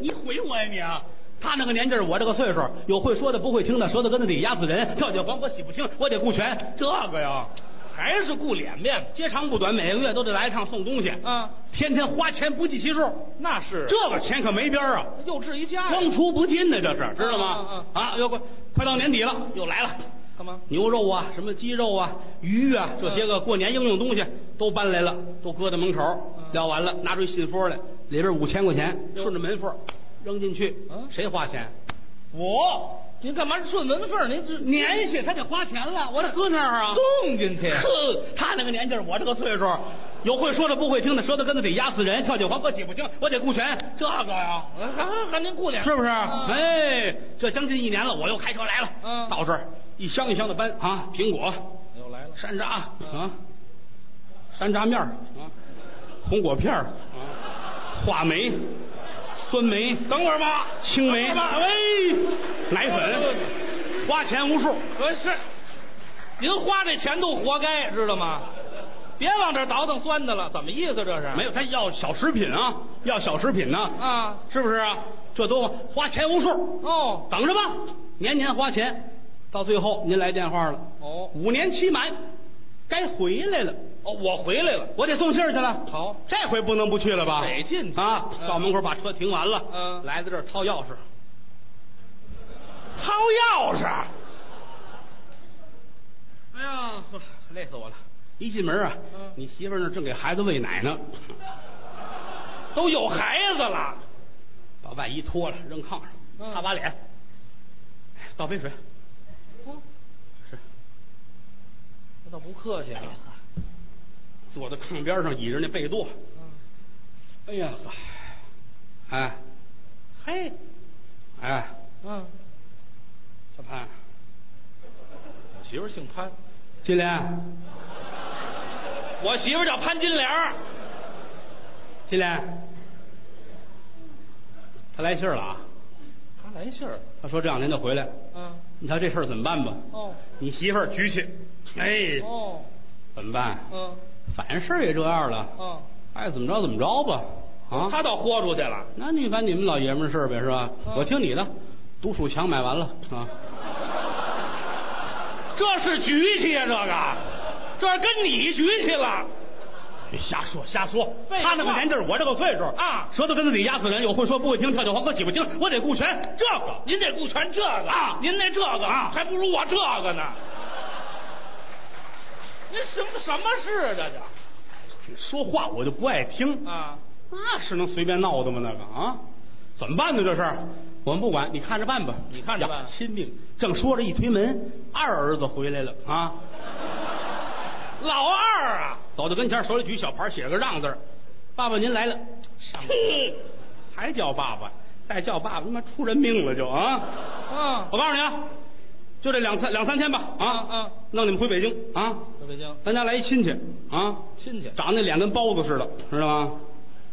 你毁我呀你啊！他那个年纪儿，我这个岁数，有会说的不会听的，舌头根子底压死人，跳进黄河洗不清，我得顾全这个呀。还是顾脸面嘛。接长不短，每个月都得来一趟送东西，啊，天天花钱不计其数，那是这个钱可没边儿啊，又治一家呀光出不进呢，这是知道吗？啊啊，又快快到年底了，又来了。干嘛？牛肉啊，什么鸡肉啊、鱼啊，这些个过年应用东西都搬来了，都搁在门口儿嗯，撂完了，拿出一信封来，里边五千块钱，顺着门缝儿扔进去嗯，谁花钱？我，您干嘛顺门缝儿？您这年纪他得花钱了，我得搁那儿啊。送进去哼，他那个年纪儿，我这个岁数儿，有会说的不会听的，舌头根子底压死人，跳进黄河洗不清，我得顾全这个呀、还还还您顾脸是不是？啊哎，这将近一年了，我又开车来了，嗯到这儿一箱一箱的搬啊，苹果、又来了，山楂啊，山楂面儿啊，红果片儿啊，话梅、酸梅、等会儿吧，青梅，等会儿吧哎，奶粉，花钱无数。呃是，您花这钱都活该，知道吗？别往这儿倒腾酸的了，怎么意思这是？没有，他要小食品啊，要小食品呢、啊，是不是啊？这都花钱无数，哦等着吧，年年花钱，到最后您来电话了，哦五年期满，该回来了，哦，我回来了，我得送信儿去了。好这回不能不去了吧？得进去啊！嗯到门口把车停完了，嗯来到这儿掏钥匙，掏钥匙，哎呀，呵累死我了！一进门啊，嗯你媳妇儿那儿正给孩子喂奶呢，都有孩子了，把外衣脱了扔炕上，嗯擦把脸，哎倒杯水，哦是。那倒不客气啊了。坐在炕边上倚着那被垛，嗯哎呀呵，哎，嘿，哎，嗯，小潘，我媳妇儿姓潘，金莲，我媳妇儿叫潘金莲儿金莲，他来信儿了啊，她来信儿，他说这两天就回来，嗯，你瞧这事儿怎么办吧？哦你媳妇儿举起，哎，哦，怎么办？嗯反正事儿也这样了，嗯，爱怎么着怎么着吧，啊，她倒豁出去了，那你把你们老爷们儿事儿呗，是吧？嗯我听你的，独鼠强买完了啊。这是局气呀，这个，这是跟你局气了，别瞎说瞎说，废他话那个年纪儿，我这个岁数啊舌头根子底压死人，有会说不会听，跳脚黄河洗不清，我得顾全这个。您得顾全这个啊您那这个啊还不如我这个呢。您什么什么事啊？这叫说话我就不爱听，啊，那是能随便闹的吗？那个啊，怎么办呢？这事儿我们不管，你看着办吧。你看着办呀亲命。正说着，一推门，二儿子回来了啊，老二啊，走到跟前，手里举小牌，写个让字儿爸爸您来了，嘿，还叫爸爸，再叫爸爸他妈出人命了就啊。啊，我告诉你啊，就这两三两三天吧啊嗯嗯弄你们回北京啊！在北京咱家来一亲戚啊，亲戚长得脸跟包子似的，知道吗？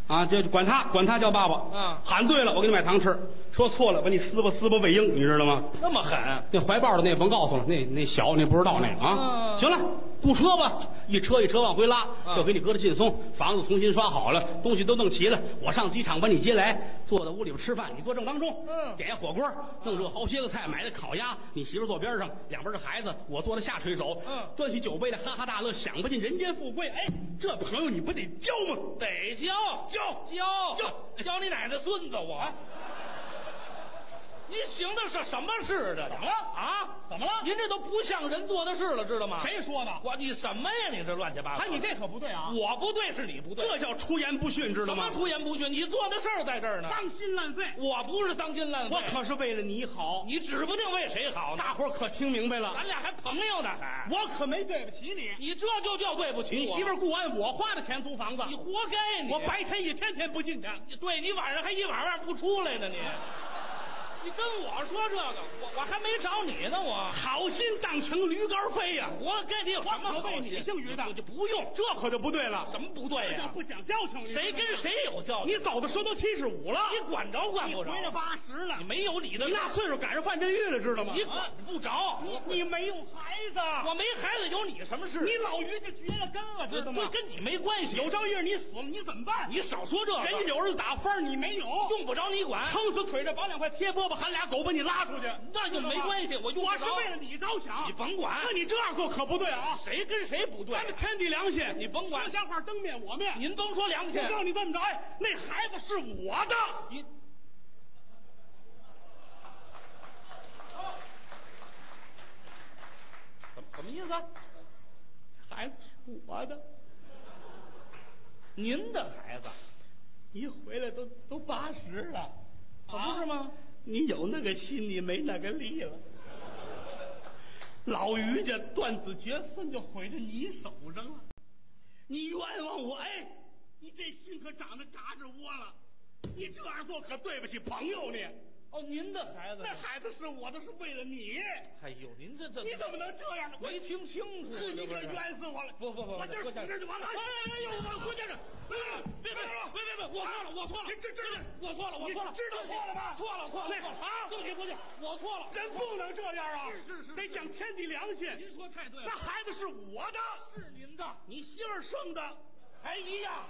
啊，这管他管他叫爸爸嗯喊对了我给你买糖吃，说错了把你撕吧撕吧喂鹰，你知道吗？那么狠，那怀抱的那甭告诉了，那那小那不知道那个啊。嗯行了，雇车吧，一车一车往回拉，嗯就给你搁着劲松，房子重新刷好了，东西都弄齐了，我上机场把你接来，坐在屋里边吃饭，你坐正当中，嗯点一火锅，弄热好些个菜，买的烤鸭，你媳妇坐边上，两边是孩子，我坐在下垂手，嗯端起酒杯来哈哈大乐，享不尽人间富贵，哎，这朋友你不得交吗？得教交教教教你奶奶孙子我。您行的是什么事？这怎么了啊？怎么了？您这都不像人做的事了，知道吗？谁说的？我你什么呀？你这乱七八糟！哎，你这可不对啊！我不对是你不对，这叫出言不逊，知道什吗么？出言不逊？你做的事儿在这儿呢。当心烂肺。我不是丧心烂肺，我可是为了你好，你指不定为谁好呢。哎大伙儿可听明白了，咱俩还朋友呢，还我可没对不起你。你这就叫对不起你我媳妇儿雇完我花的钱租房子，你活该你！我白天一天天不进去，对你晚上还一晚上不出来呢，你你跟我说这个，我我还没找你呢，我好心当成驴肝肺呀！活该你有什么我可好为你心姓于的我就不用这可就不对了，什么不对这叫呀、不讲交情。你知道吗谁跟？谁有交情？你走的时候都七十五了，你管着管不着？你回来八十了你没有理的你事那岁数赶上范振玉了，知道吗？你管不着。你你没有孩子，我没孩子，有你什么事？你老于就绝了根了，知道吗这？跟你没关系。有朝一日你死了，你怎么办？你少说这个，人家有人打分儿，你没有，用不着你管。撑死腿这绑两块贴饽饽，我喊俩狗把你拉出去，那就没关系我用不着我是为了你着想，你甭管那你这样做可不对啊！谁跟谁不对咱？们天地良心，你甭管说瞎话灯灭我灭。您甭说良心，我告诉你这么着，哎，那孩子是我的，你怎么什么意思？孩子是我的，您的孩子一回来都都八十了，可不是吗？啊你有那个心，你没那个力了。老于家断子绝孙就毁在你手上了，你冤枉我！哎，你这心可长得嘎吱窝了，你这样做可对不起朋友你。哦，您的孩子那孩子是我的，是为了你，哎呦，您这这你怎么能这样呢？没听清楚？是你这不可是冤死我了！不不不，我今儿郭死先生这就完了！哎哎呦，我回家去！哎啊别别别别别别，我错了，我错了！这这这，我错了，我错了！知道错了吧？错了错了那错了啊！对不起对不起，我错了。人不能这样啊！是是是得讲天地良心。您说太对了那孩子是我的，是您的，你媳妇儿生的，还一样。